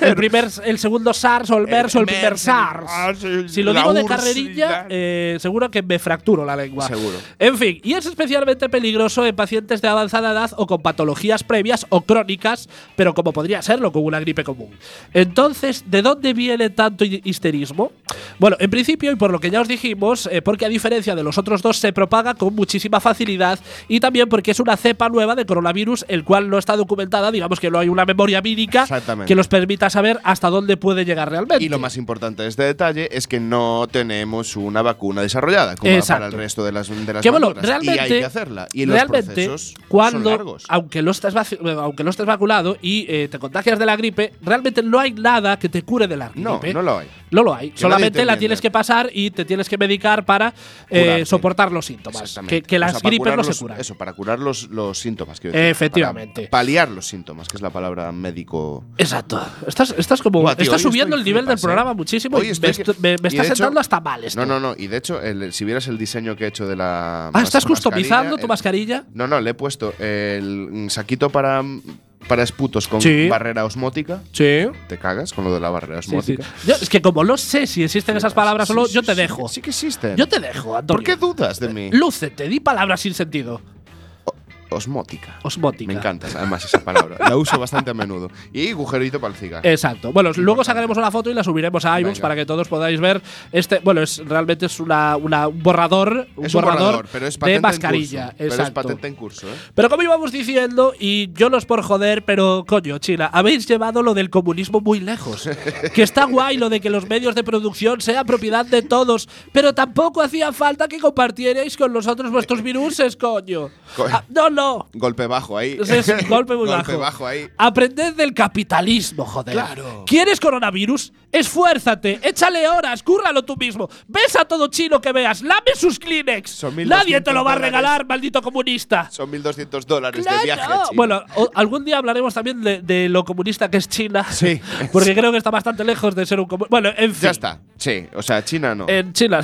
Speaker 3: el, primer, el segundo SARS o el MERS o el primer
Speaker 4: MERS, Ah,
Speaker 3: SARS.
Speaker 4: el-
Speaker 3: Si lo
Speaker 4: la
Speaker 3: digo de
Speaker 4: URSS y
Speaker 3: carrerilla,
Speaker 4: tal.
Speaker 3: eh, seguro que me fracturo la lengua.
Speaker 4: Seguro.
Speaker 3: En fin, y es especialmente peligroso en pacientes de avanzada edad o con patologías previas o crónicas, pero como podría serlo con una gripe común. Entonces, ¿de dónde viene tanto hi- histerismo? Bueno, en principio, y por lo que ya os dijimos, eh, porque a diferencia de los otros dos, se propaga con muchísima facilidad y también porque es una cepa nueva de coronavirus, el cual no está documentada, digamos que no hay una memoria vírica
Speaker 4: Exactamente.
Speaker 3: que nos permita saber hasta dónde puede llegar realmente.
Speaker 4: Y lo más importante de este detalle es que no tenemos una vacuna desarrollada como
Speaker 3: Exacto.
Speaker 4: para el resto de las, de las
Speaker 3: que bueno,
Speaker 4: vacunas.
Speaker 3: realmente,
Speaker 4: y hay que hacerla. Y los
Speaker 3: realmente,
Speaker 4: procesos
Speaker 3: cuando,
Speaker 4: son largos.
Speaker 3: aunque no estés vaci- bueno, aunque no estés vacunado y eh, te contagias de la gripe, realmente no hay nada que te cure de la gripe.
Speaker 4: No, no lo hay.
Speaker 3: No lo hay.
Speaker 4: nadie te
Speaker 3: Solamente la
Speaker 4: entiende.
Speaker 3: tienes que pasar y te tienes que medicar para eh,
Speaker 4: Curarte.
Speaker 3: soportar los síntomas.
Speaker 4: Exactamente.
Speaker 3: Que, que
Speaker 4: O
Speaker 3: las
Speaker 4: sea, para
Speaker 3: gripes
Speaker 4: curar
Speaker 3: no se
Speaker 4: los-
Speaker 3: curan.
Speaker 4: Eso, para curar los, los síntomas. quiero decir,
Speaker 3: Efectivamente.
Speaker 4: para paliar los síntomas, que es la palabra médico.
Speaker 3: Exacto. Estás, estás como.
Speaker 4: Buah, tío,
Speaker 3: estás
Speaker 4: hoy
Speaker 3: subiendo
Speaker 4: estoy
Speaker 3: el nivel
Speaker 4: flipas,
Speaker 3: del programa
Speaker 4: eh.
Speaker 3: muchísimo.
Speaker 4: Hoy
Speaker 3: y
Speaker 4: estoy
Speaker 3: me,
Speaker 4: que-
Speaker 3: est- me- me
Speaker 4: y de
Speaker 3: está
Speaker 4: hecho-
Speaker 3: sentando hasta mal esto.
Speaker 4: No, no, no. Y de hecho, el- si vieras el diseño que he hecho de la.
Speaker 3: Ah, ¿estás
Speaker 4: mas-
Speaker 3: customizando tu
Speaker 4: el-
Speaker 3: mascarilla?
Speaker 4: No, no, le he puesto el saquito para, para esputos con
Speaker 3: Sí.
Speaker 4: barrera osmótica.
Speaker 3: Sí.
Speaker 4: Te cagas con lo de la barrera
Speaker 3: sí, sí.
Speaker 4: osmótica.
Speaker 3: Yo- es que como no sé si existen esas palabras
Speaker 4: Sí,
Speaker 3: o no,
Speaker 4: sí,
Speaker 3: yo te
Speaker 4: sí,
Speaker 3: dejo.
Speaker 4: Sí, que existen.
Speaker 3: Yo te dejo, Antonio.
Speaker 4: ¿Por qué dudas de mí?
Speaker 3: Lúcete, di palabras sin sentido.
Speaker 4: Osmótica.
Speaker 3: Osmótica.
Speaker 4: Me encanta, además, esa palabra. la uso bastante a menudo. Y agujerito para el cigarro.
Speaker 3: Exacto. Bueno, luego sacaremos una foto y la subiremos a iVoox
Speaker 4: Venga.
Speaker 3: para que todos podáis ver este. Bueno, es realmente es una, una- un borrador, un
Speaker 4: es un
Speaker 3: borrador,
Speaker 4: borrador, pero es patente
Speaker 3: de mascarilla.
Speaker 4: En curso, pero es
Speaker 3: Exacto.
Speaker 4: patente en curso, ¿eh?
Speaker 3: Pero como íbamos diciendo, y yo no es por joder, pero coño, China, habéis llevado lo del comunismo muy lejos. que está guay lo de que los medios de producción sean propiedad de todos, pero tampoco hacía falta que compartierais con nosotros vuestros viruses, coño.
Speaker 4: Co-
Speaker 3: Ah, no, no.
Speaker 4: Golpe bajo ahí.
Speaker 3: Es- es golpe muy bajo.
Speaker 4: ahí.
Speaker 3: Aprended del capitalismo, joder.
Speaker 4: Claro.
Speaker 3: ¿Quieres coronavirus? Esfuérzate, échale horas, cúrralo tú mismo. Ves a todo chino que veas, lame sus Kleenex.
Speaker 4: Son 1.200
Speaker 3: Nadie te lo va a
Speaker 4: dólares.
Speaker 3: regalar, maldito comunista.
Speaker 4: Son 1.200 dólares de viaje. a
Speaker 3: Claro.
Speaker 4: China.
Speaker 3: Bueno, o- algún día hablaremos también de, de lo comunista que es China.
Speaker 4: Sí.
Speaker 3: Porque creo que está bastante lejos de ser un comunista. Bueno, en fin.
Speaker 4: ya está. Sí, o sea, China no.
Speaker 3: En China.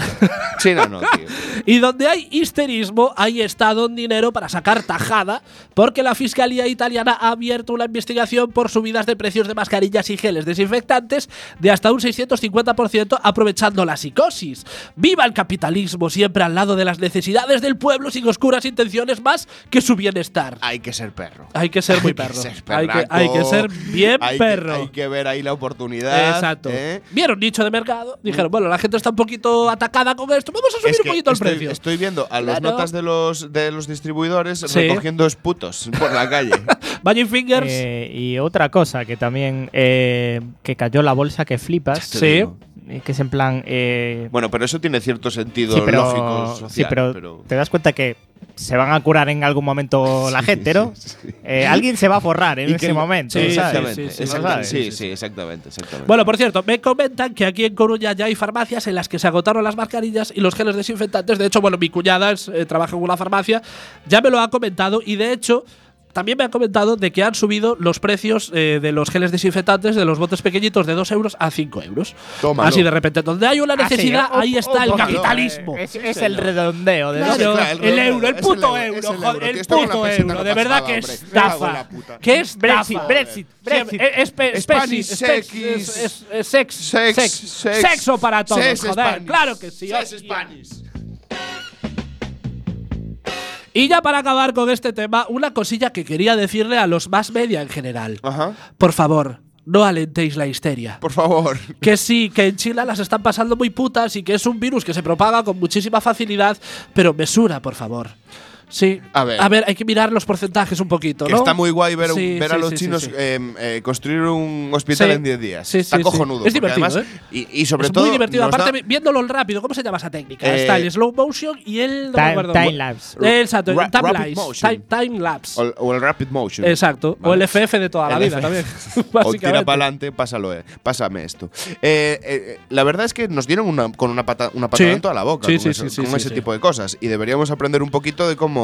Speaker 4: China no, tío.
Speaker 3: Y donde hay histerismo, hay Estado en dinero para sacar tajada, porque la Fiscalía Italiana ha abierto una investigación por subidas de precios de mascarillas y geles desinfectantes de hasta un 650% aprovechando la psicosis. ¡Viva el capitalismo! Siempre al lado de las necesidades del pueblo sin oscuras intenciones más que su bienestar.
Speaker 4: Hay que ser perro.
Speaker 3: Hay que ser muy perro.
Speaker 4: ser
Speaker 3: hay, que,
Speaker 4: perraco.
Speaker 3: hay que ser bien
Speaker 4: Hay que-
Speaker 3: perro.
Speaker 4: hay que ver ahí la oportunidad.
Speaker 3: Exacto.
Speaker 4: ¿eh?
Speaker 3: Vieron nicho de mercado, dijeron, bueno, la gente está un poquito atacada con esto, vamos a subir
Speaker 4: Es
Speaker 3: un
Speaker 4: que
Speaker 3: poquito el
Speaker 4: estoy,
Speaker 3: precio.
Speaker 4: estoy viendo a las
Speaker 3: Claro.
Speaker 4: notas de los, de los distribuidores
Speaker 3: Sí.
Speaker 4: recogiendo esputos por la calle.
Speaker 3: Magic Fingers.
Speaker 1: Eh, y otra cosa que también eh, que cayó la bolsa que flipas.
Speaker 3: Sí. digo.
Speaker 1: Eh, Que es en plan. eh,
Speaker 4: bueno, pero eso tiene cierto sentido
Speaker 1: sí, pero,
Speaker 4: lógico, social,
Speaker 1: sí, pero te das cuenta que se van a curar en algún momento la gente, ¿no? Eh, alguien se va a forrar en
Speaker 4: Y que-
Speaker 1: ese momento,
Speaker 3: sí,
Speaker 1: ¿sabes?
Speaker 4: Exactamente,
Speaker 3: sí, sí,
Speaker 4: exactamente,
Speaker 1: ¿sabes?
Speaker 4: sí, sí, exactamente, exactamente.
Speaker 3: Bueno, por cierto, me comentan que aquí en Coruña ya hay farmacias en las que se agotaron las mascarillas y los geles desinfectantes. De hecho, bueno, mi cuñada es, eh, trabaja en una farmacia, ya me lo ha comentado y de hecho. También me ha comentado de que han subido los precios eh, de los geles desinfectantes de los botes pequeñitos de 2 euros a 5 euros.
Speaker 4: Tómalo.
Speaker 3: Así de repente, donde hay una
Speaker 1: Ah, sí,
Speaker 3: necesidad,
Speaker 4: ¿eh?
Speaker 1: o-
Speaker 3: ahí
Speaker 1: o-
Speaker 3: está el
Speaker 1: tómalo,
Speaker 3: capitalismo.
Speaker 1: Es, es el redondeo de
Speaker 3: Claro,
Speaker 1: los-
Speaker 3: el euro, el
Speaker 4: es
Speaker 3: puto
Speaker 4: es
Speaker 3: euro,
Speaker 4: el
Speaker 3: joder,
Speaker 4: tío,
Speaker 3: el
Speaker 4: esto con la
Speaker 3: puto
Speaker 4: peseta
Speaker 3: euro,
Speaker 4: no
Speaker 3: de verdad
Speaker 4: pasaba,
Speaker 3: que
Speaker 4: hombre.
Speaker 3: estafa.
Speaker 4: Me cago en la puta.
Speaker 3: ¿Qué es
Speaker 1: Brexit,
Speaker 3: estafa?
Speaker 1: Brexit, Brexit.
Speaker 3: Sí, eh, es- es-
Speaker 4: Spanish
Speaker 3: es- sex,
Speaker 4: sex.
Speaker 3: es- es- sex,
Speaker 4: Sex,
Speaker 3: sex.
Speaker 4: sex.
Speaker 3: Sexo para todos,
Speaker 4: Sex
Speaker 3: joder.
Speaker 4: Spanish.
Speaker 3: Claro que sí.
Speaker 4: Sex
Speaker 3: hostia.
Speaker 4: Spanish.
Speaker 3: Y ya para acabar con este tema, una cosilla que quería decirle a los más media en general.
Speaker 4: Ajá.
Speaker 3: Por favor, no alentéis la histeria.
Speaker 4: Por favor.
Speaker 3: Que sí, que en China las están pasando muy putas y que es un virus que se propaga con muchísima facilidad, pero mesura, por favor. Sí.
Speaker 4: A ver.
Speaker 3: hay que mirar los porcentajes un poquito,
Speaker 4: Que
Speaker 3: ¿no?
Speaker 4: está muy guay ver,
Speaker 3: Sí,
Speaker 4: ver a
Speaker 3: sí,
Speaker 4: los
Speaker 3: sí, sí,
Speaker 4: chinos
Speaker 3: sí.
Speaker 4: em, eh, construir un hospital
Speaker 3: Sí.
Speaker 4: en 10 días.
Speaker 3: Sí, sí,
Speaker 4: está
Speaker 3: sí.
Speaker 4: cojonudo.
Speaker 3: Es
Speaker 4: porque
Speaker 3: divertido, ¿eh?
Speaker 4: además- y, y sobre
Speaker 3: es
Speaker 4: todo.
Speaker 3: muy divertido.
Speaker 4: nos da-
Speaker 3: Aparte, vi- viéndolo rápido, ¿cómo se llama esa técnica?
Speaker 4: Eh,
Speaker 3: está el slow motion y el. no me
Speaker 1: Time-
Speaker 3: acuerdo. Eh,
Speaker 1: time lapse.
Speaker 3: Exacto, el
Speaker 4: Ra-
Speaker 3: time
Speaker 4: rapid
Speaker 3: lapse.
Speaker 4: motion.
Speaker 3: Time, time lapse.
Speaker 4: o, el- o el rapid motion.
Speaker 3: Exacto. O
Speaker 4: Vale.
Speaker 3: el FF de toda la
Speaker 4: El
Speaker 3: vida
Speaker 4: F.
Speaker 3: también.
Speaker 4: O tira
Speaker 3: básicamente.
Speaker 4: para adelante, pásalo, eh, pásame esto. Eh, eh, la verdad es que nos dieron una, con una pata, una patada
Speaker 3: Sí.
Speaker 4: en toda la boca
Speaker 3: Sí,
Speaker 4: con,
Speaker 3: sí,
Speaker 4: eso-
Speaker 3: sí, sí,
Speaker 4: con
Speaker 3: sí,
Speaker 4: ese
Speaker 3: sí.
Speaker 4: tipo de cosas. Y deberíamos aprender un poquito de cómo,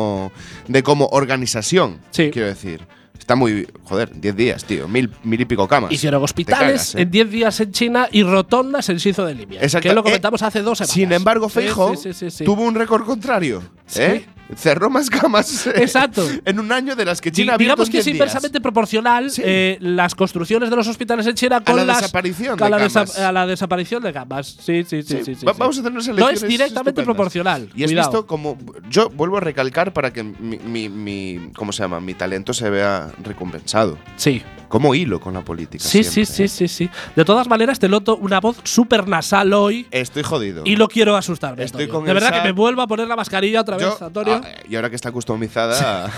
Speaker 4: de cómo organización,
Speaker 3: Sí.
Speaker 4: quiero decir. Está muy. Joder, 10 días, tío. Mil, mil y pico camas.
Speaker 3: Hicieron
Speaker 4: Te
Speaker 3: hospitales
Speaker 4: cagas, eh.
Speaker 3: en 10 días en China y rotondas en Sizo de Libia.
Speaker 4: Exacto.
Speaker 3: Que lo
Speaker 4: Eh,
Speaker 3: comentamos hace dos semanas.
Speaker 4: Sin embargo,
Speaker 3: Sí,
Speaker 4: Feijo
Speaker 3: sí, sí, sí, sí.
Speaker 4: tuvo un récord contrario.
Speaker 3: Sí.
Speaker 4: ¿eh? Cerró más camas eh,
Speaker 3: Exacto.
Speaker 4: en un año de las que
Speaker 3: Di-
Speaker 4: China ha abierto
Speaker 3: digamos
Speaker 4: en
Speaker 3: que es
Speaker 4: 10 días.
Speaker 3: inversamente proporcional
Speaker 4: Sí.
Speaker 3: eh, las construcciones de los hospitales en China con
Speaker 4: la
Speaker 3: las-
Speaker 4: desaparición
Speaker 3: a
Speaker 4: de
Speaker 3: la desa-
Speaker 4: camas.
Speaker 3: a la desaparición de camas. Sí, sí, sí.
Speaker 4: Sí,
Speaker 3: sí, sí,
Speaker 4: va-
Speaker 3: sí.
Speaker 4: Vamos a hacer unas
Speaker 3: No
Speaker 4: elecciones
Speaker 3: es directamente
Speaker 4: estupendas.
Speaker 3: proporcional.
Speaker 4: Y es
Speaker 3: cuidado.
Speaker 4: visto como. Yo vuelvo a recalcar para que mi, mi- mi- ¿Cómo se llama? Mi talento se vea recompensado.
Speaker 3: Sí.
Speaker 4: Como hilo con la política.
Speaker 3: Sí, sí,
Speaker 4: siempre.
Speaker 3: sí,
Speaker 4: ¿eh?
Speaker 3: sí, sí. De todas maneras, te noto una voz súper nasal hoy
Speaker 4: Estoy jodido.
Speaker 3: y no quiero asustarme.
Speaker 4: Estoy
Speaker 3: Antonio.
Speaker 4: con
Speaker 3: de
Speaker 4: el
Speaker 3: verdad que
Speaker 4: SAT.
Speaker 3: me vuelvo a poner la mascarilla otra vez,
Speaker 4: Yo-
Speaker 3: Antonio.
Speaker 4: ah, y ahora que está customizada.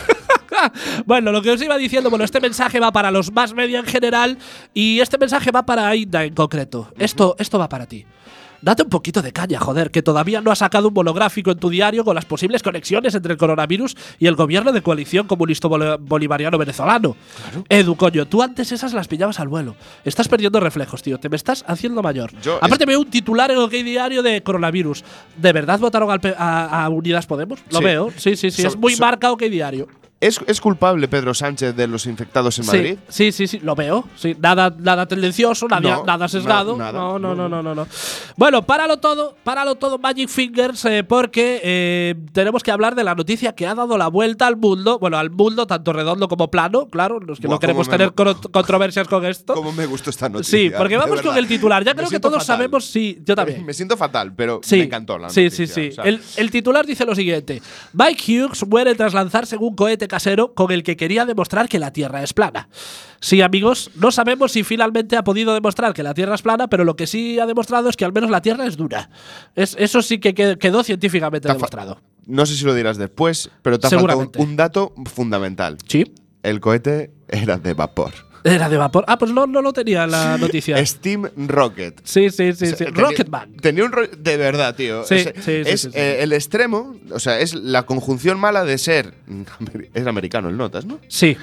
Speaker 3: bueno, lo que os iba diciendo, bueno, este mensaje va para los más media en general y este mensaje va para Aida en concreto. Esto, esto va para ti. Date un poquito de caña, joder, que todavía no has sacado un monográfico en tu diario con las posibles conexiones entre el coronavirus y el gobierno de coalición comunista bol- bolivariano venezolano. Edu, coño, tú antes esas las pillabas al vuelo. Estás perdiendo reflejos, tío. Te me estás haciendo mayor.
Speaker 4: Yo-
Speaker 3: Aparte, veo un titular en el gay diario de coronavirus. ¿De verdad votaron al P- a, a Unidas Podemos? Lo
Speaker 4: Sí.
Speaker 3: veo. Sí, sí, sí.
Speaker 4: So-
Speaker 3: es muy
Speaker 4: so-
Speaker 3: marca OK diario.
Speaker 4: ¿Es, es culpable Pedro Sánchez de los infectados en
Speaker 3: Sí,
Speaker 4: Madrid?
Speaker 3: Sí, sí, sí, lo veo. Sí, nada, nada tendencioso, nada,
Speaker 4: No,
Speaker 3: nada sesgado.
Speaker 4: na- nada.
Speaker 3: no, no, no, no, no, no. Bueno, páralo todo, páralo todo, Magic Fingers, eh, porque eh, tenemos que hablar de la noticia que ha dado la vuelta al mundo. Bueno, al mundo, tanto redondo como plano, claro, los que
Speaker 4: Buah,
Speaker 3: no queremos
Speaker 4: cómo me
Speaker 3: tener
Speaker 4: mo-
Speaker 3: coro- controversias con esto.
Speaker 4: ¿Cómo me gustó esta noticia?
Speaker 3: Sí, porque
Speaker 4: de
Speaker 3: vamos con
Speaker 4: verdad.
Speaker 3: el titular. Ya
Speaker 4: Me
Speaker 3: creo que
Speaker 4: siento
Speaker 3: todos
Speaker 4: fatal.
Speaker 3: sabemos, sí, yo también.
Speaker 4: Me siento fatal, pero
Speaker 3: Sí,
Speaker 4: me encantó la
Speaker 3: sí,
Speaker 4: noticia.
Speaker 3: sí, sí.
Speaker 4: o sea,
Speaker 3: el, el titular dice lo siguiente: Mike Hughes muere tras lanzarse en un cohete casero con el que quería demostrar que la Tierra es plana. Sí, amigos, no sabemos si finalmente ha podido demostrar que la Tierra es plana, pero lo que sí ha demostrado es que al menos la Tierra es dura. Es, eso sí que que- quedó científicamente
Speaker 4: Está fa-
Speaker 3: demostrado.
Speaker 4: No sé si lo dirás después, pero te ha faltado un,
Speaker 3: Seguramente.
Speaker 4: un dato fundamental.
Speaker 3: Sí.
Speaker 4: El cohete era de vapor.
Speaker 3: Era de vapor. Ah, pues no, no lo tenía en la noticia.
Speaker 4: Steam Rocket.
Speaker 3: sí, sí, sí. sí.
Speaker 4: O sea, tenía-
Speaker 3: Rocketman.
Speaker 4: Tenía un rollo. De verdad, tío.
Speaker 3: Sí,
Speaker 4: es
Speaker 3: sí, sí,
Speaker 4: es,
Speaker 3: sí, sí.
Speaker 4: eh, el extremo, o sea, es la conjunción mala de ser. Es americano el notas, ¿no?
Speaker 3: Sí. E-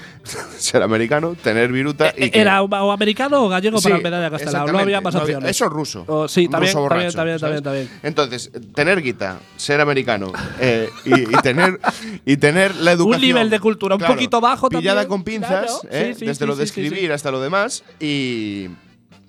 Speaker 4: ser americano, tener viruta y. que-
Speaker 3: Era o o americano o gallego para
Speaker 4: Sí,
Speaker 3: la medalla castelao. No
Speaker 4: exactamente.
Speaker 3: había más
Speaker 4: No había-
Speaker 3: opciones.
Speaker 4: Eso es ruso.
Speaker 3: Oh, sí,
Speaker 4: Un
Speaker 3: también,
Speaker 4: ruso borracho,
Speaker 3: también, también,
Speaker 4: ¿sabes?
Speaker 3: también,
Speaker 4: Entonces, tener guita, ser americano eh, y, y tener, y tener la educación.
Speaker 3: nivel de cultura un poquito bajo
Speaker 4: Pillada
Speaker 3: también,
Speaker 4: con pinzas,
Speaker 3: claro.
Speaker 4: eh,
Speaker 3: Sí, sí, sí,
Speaker 4: desde lo de
Speaker 3: sí, sí,
Speaker 4: escribir
Speaker 3: sí.
Speaker 4: hasta lo demás y.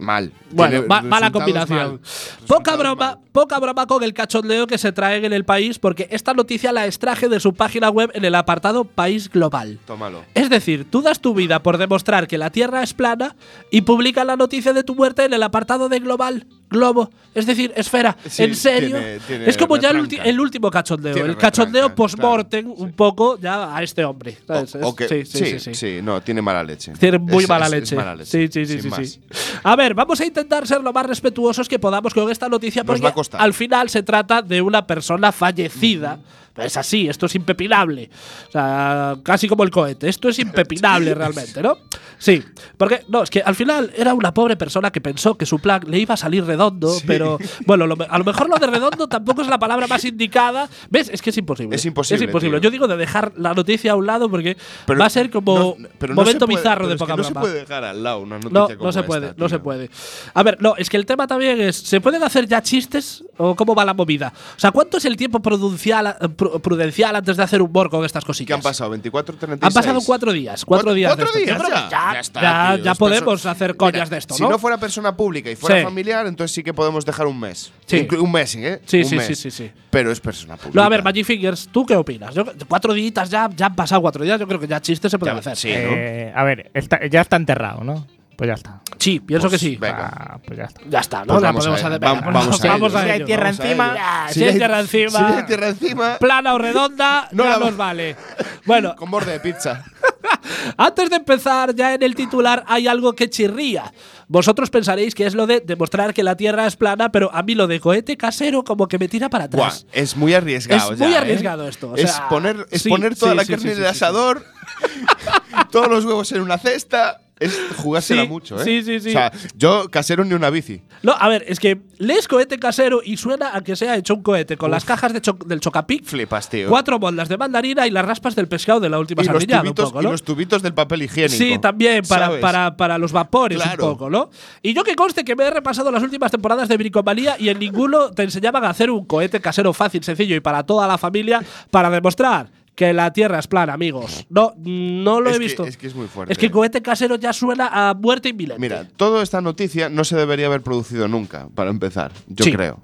Speaker 4: Mal.
Speaker 3: Bueno,
Speaker 4: Tiene
Speaker 3: ma- mala
Speaker 4: resultados
Speaker 3: combinación.
Speaker 4: mal.
Speaker 3: Poca
Speaker 4: Resultados
Speaker 3: broma,
Speaker 4: mal.
Speaker 3: poca broma con el cachondeo que se traen en el país, porque esta noticia la extraje de su página web en el apartado País Global.
Speaker 4: Tómalo.
Speaker 3: Es decir, tú das tu vida por demostrar que la Tierra es plana y publica la noticia de tu muerte en el apartado de Global. Globo, es decir, esfera,
Speaker 4: Sí,
Speaker 3: en serio.
Speaker 4: tiene- tiene
Speaker 3: es como ya el, ulti-
Speaker 4: retranca.
Speaker 3: el último cachondeo,
Speaker 4: Tiene
Speaker 3: el cachondeo
Speaker 4: retranca,
Speaker 3: post-mortem,
Speaker 4: claro,
Speaker 3: un
Speaker 4: sí.
Speaker 3: poco ya a este hombre. ¿sabes?
Speaker 4: O- o que-
Speaker 3: sí, sí, sí, sí.
Speaker 4: no, tiene mala leche.
Speaker 3: Tiene muy
Speaker 4: Es-
Speaker 3: mala,
Speaker 4: es- es
Speaker 3: leche.
Speaker 4: mala
Speaker 3: Sí, sí,
Speaker 4: leche,
Speaker 3: sí,
Speaker 4: sin
Speaker 3: sí,
Speaker 4: más.
Speaker 3: sí. A ver, vamos a intentar ser lo más respetuosos que podamos con esta noticia
Speaker 4: Nos
Speaker 3: porque
Speaker 4: va a costar.
Speaker 3: al final se trata de una persona fallecida. Es así, esto es impepinable. O sea, casi como el cohete. Esto es impepinable realmente, ¿no? Sí, porque no, es que al final era una pobre persona que pensó que su plan le iba a salir redondo, pero bueno, lo me- a lo mejor lo de redondo tampoco es la palabra más indicada. ¿Ves? Es que es imposible.
Speaker 4: Es imposible,
Speaker 3: Es imposible.
Speaker 4: tío.
Speaker 3: Yo digo de dejar la noticia a un lado porque
Speaker 4: Pero
Speaker 3: va a ser como
Speaker 4: no- pero no se
Speaker 3: momento
Speaker 4: puede-
Speaker 3: bizarro
Speaker 4: pero
Speaker 3: de
Speaker 4: es que
Speaker 3: poca
Speaker 4: No
Speaker 3: broma.
Speaker 4: se puede dejar al lado una noticia
Speaker 3: No,
Speaker 4: como
Speaker 3: no se
Speaker 4: esta,
Speaker 3: puede, no
Speaker 4: tío.
Speaker 3: se puede. A ver, no, es que el tema también es, ¿se pueden hacer ya chistes o cómo va la movida? O sea, ¿cuánto es el tiempo prudencial, eh, pru- prudencial antes de hacer humor con estas
Speaker 4: ¿Qué
Speaker 3: cositas?
Speaker 4: han pasado? ¿24, 36?
Speaker 3: Han pasado cuatro días, cuatro
Speaker 4: ¿Cuatro-
Speaker 3: días. de
Speaker 4: cuatro
Speaker 3: esto. Yo
Speaker 4: días
Speaker 3: creo que
Speaker 4: ya?
Speaker 3: ya,
Speaker 4: Ya está,
Speaker 3: ya-
Speaker 4: tío,
Speaker 3: ya
Speaker 4: es
Speaker 3: podemos
Speaker 4: perso-
Speaker 3: hacer
Speaker 4: Mira,
Speaker 3: coñas de esto,
Speaker 4: Si no fuera persona pública y fuera
Speaker 3: Sí.
Speaker 4: familiar, entonces sí que podemos dejar un mes.
Speaker 3: Sí.
Speaker 4: Inclu- Un mes, ¿eh?
Speaker 3: Sí,
Speaker 4: Un
Speaker 3: sí,
Speaker 4: mes.
Speaker 3: sí, sí, sí.
Speaker 4: Pero es persona pública.
Speaker 3: No, a ver, Magic Fingers, ¿tú qué opinas? Yo- cuatro días ya, ya han pasado cuatro días, yo creo que ya chistes se pueden
Speaker 4: Ya,
Speaker 3: hacer.
Speaker 4: sí.
Speaker 1: Eh, a ver, está- ya está enterrado, ¿no? Pues ya está.
Speaker 3: Sí, pienso
Speaker 4: Pues
Speaker 3: que sí.
Speaker 4: ve- Venga.
Speaker 1: Ah, pues ya está.
Speaker 3: Ya está, ¿no?
Speaker 4: Pues
Speaker 3: La
Speaker 4: vamos a
Speaker 3: podemos
Speaker 4: ello,
Speaker 3: hacer.
Speaker 4: vam-
Speaker 3: Venga,
Speaker 4: vamos a
Speaker 3: vamos
Speaker 4: ello.
Speaker 1: Si
Speaker 3: a
Speaker 1: hay
Speaker 3: ello.
Speaker 1: tierra
Speaker 4: vamos a
Speaker 1: encima.
Speaker 4: ello.
Speaker 3: Ah, si hay tierra encima.
Speaker 4: Si hay tierra encima,
Speaker 3: Plana o redonda,
Speaker 4: No
Speaker 3: ya
Speaker 4: la-
Speaker 3: nos vale. Bueno,
Speaker 4: con borde de pizza.
Speaker 3: Antes de empezar, ya en el titular hay algo que chirría. Vosotros pensaréis que es lo de demostrar que la Tierra es plana, pero a mí lo de cohete casero como que me tira para
Speaker 4: Buah,
Speaker 3: atrás.
Speaker 4: es muy arriesgado.
Speaker 3: Es
Speaker 4: ya,
Speaker 3: muy
Speaker 4: ¿eh?
Speaker 3: arriesgado esto, o
Speaker 4: es
Speaker 3: sea,
Speaker 4: poner, es
Speaker 3: sí,
Speaker 4: poner toda
Speaker 3: sí,
Speaker 4: la
Speaker 3: sí,
Speaker 4: carne
Speaker 3: sí,
Speaker 4: en
Speaker 3: sí,
Speaker 4: el
Speaker 3: sí.
Speaker 4: asador, todos los huevos en una cesta. Es jugársela
Speaker 3: Sí,
Speaker 4: mucho, ¿eh?
Speaker 3: sí, sí, sí.
Speaker 4: O sea, yo casero ni una bici.
Speaker 3: No, a ver, es que lees cohete casero y suena a que se ha hecho un cohete con las cajas de cho- del chocapic,
Speaker 4: Flipas, tío.
Speaker 3: cuatro moldas de mandarina y las raspas del pescado de la última
Speaker 4: y los,
Speaker 3: sardinada, un
Speaker 4: tubitos,
Speaker 3: poco,
Speaker 4: y
Speaker 3: ¿no?
Speaker 4: los tubitos del papel higiénico.
Speaker 3: Sí, también para,
Speaker 4: ¿sabes?
Speaker 3: para, para los vapores
Speaker 4: Claro.
Speaker 3: un poco, ¿no? Y yo que conste que me he repasado las últimas temporadas de Bricomanía y en ninguno te enseñaban a hacer un cohete casero fácil, sencillo y para toda la familia para demostrar que la Tierra es plana, amigos. No, no lo
Speaker 4: Es
Speaker 3: he
Speaker 4: que-
Speaker 3: visto.
Speaker 4: es que es muy fuerte.
Speaker 3: Es que el cohete casero ya suena a muerte inminente.
Speaker 4: Mira, toda esta noticia no se debería haber producido nunca, para empezar, yo
Speaker 3: Sí.
Speaker 4: creo.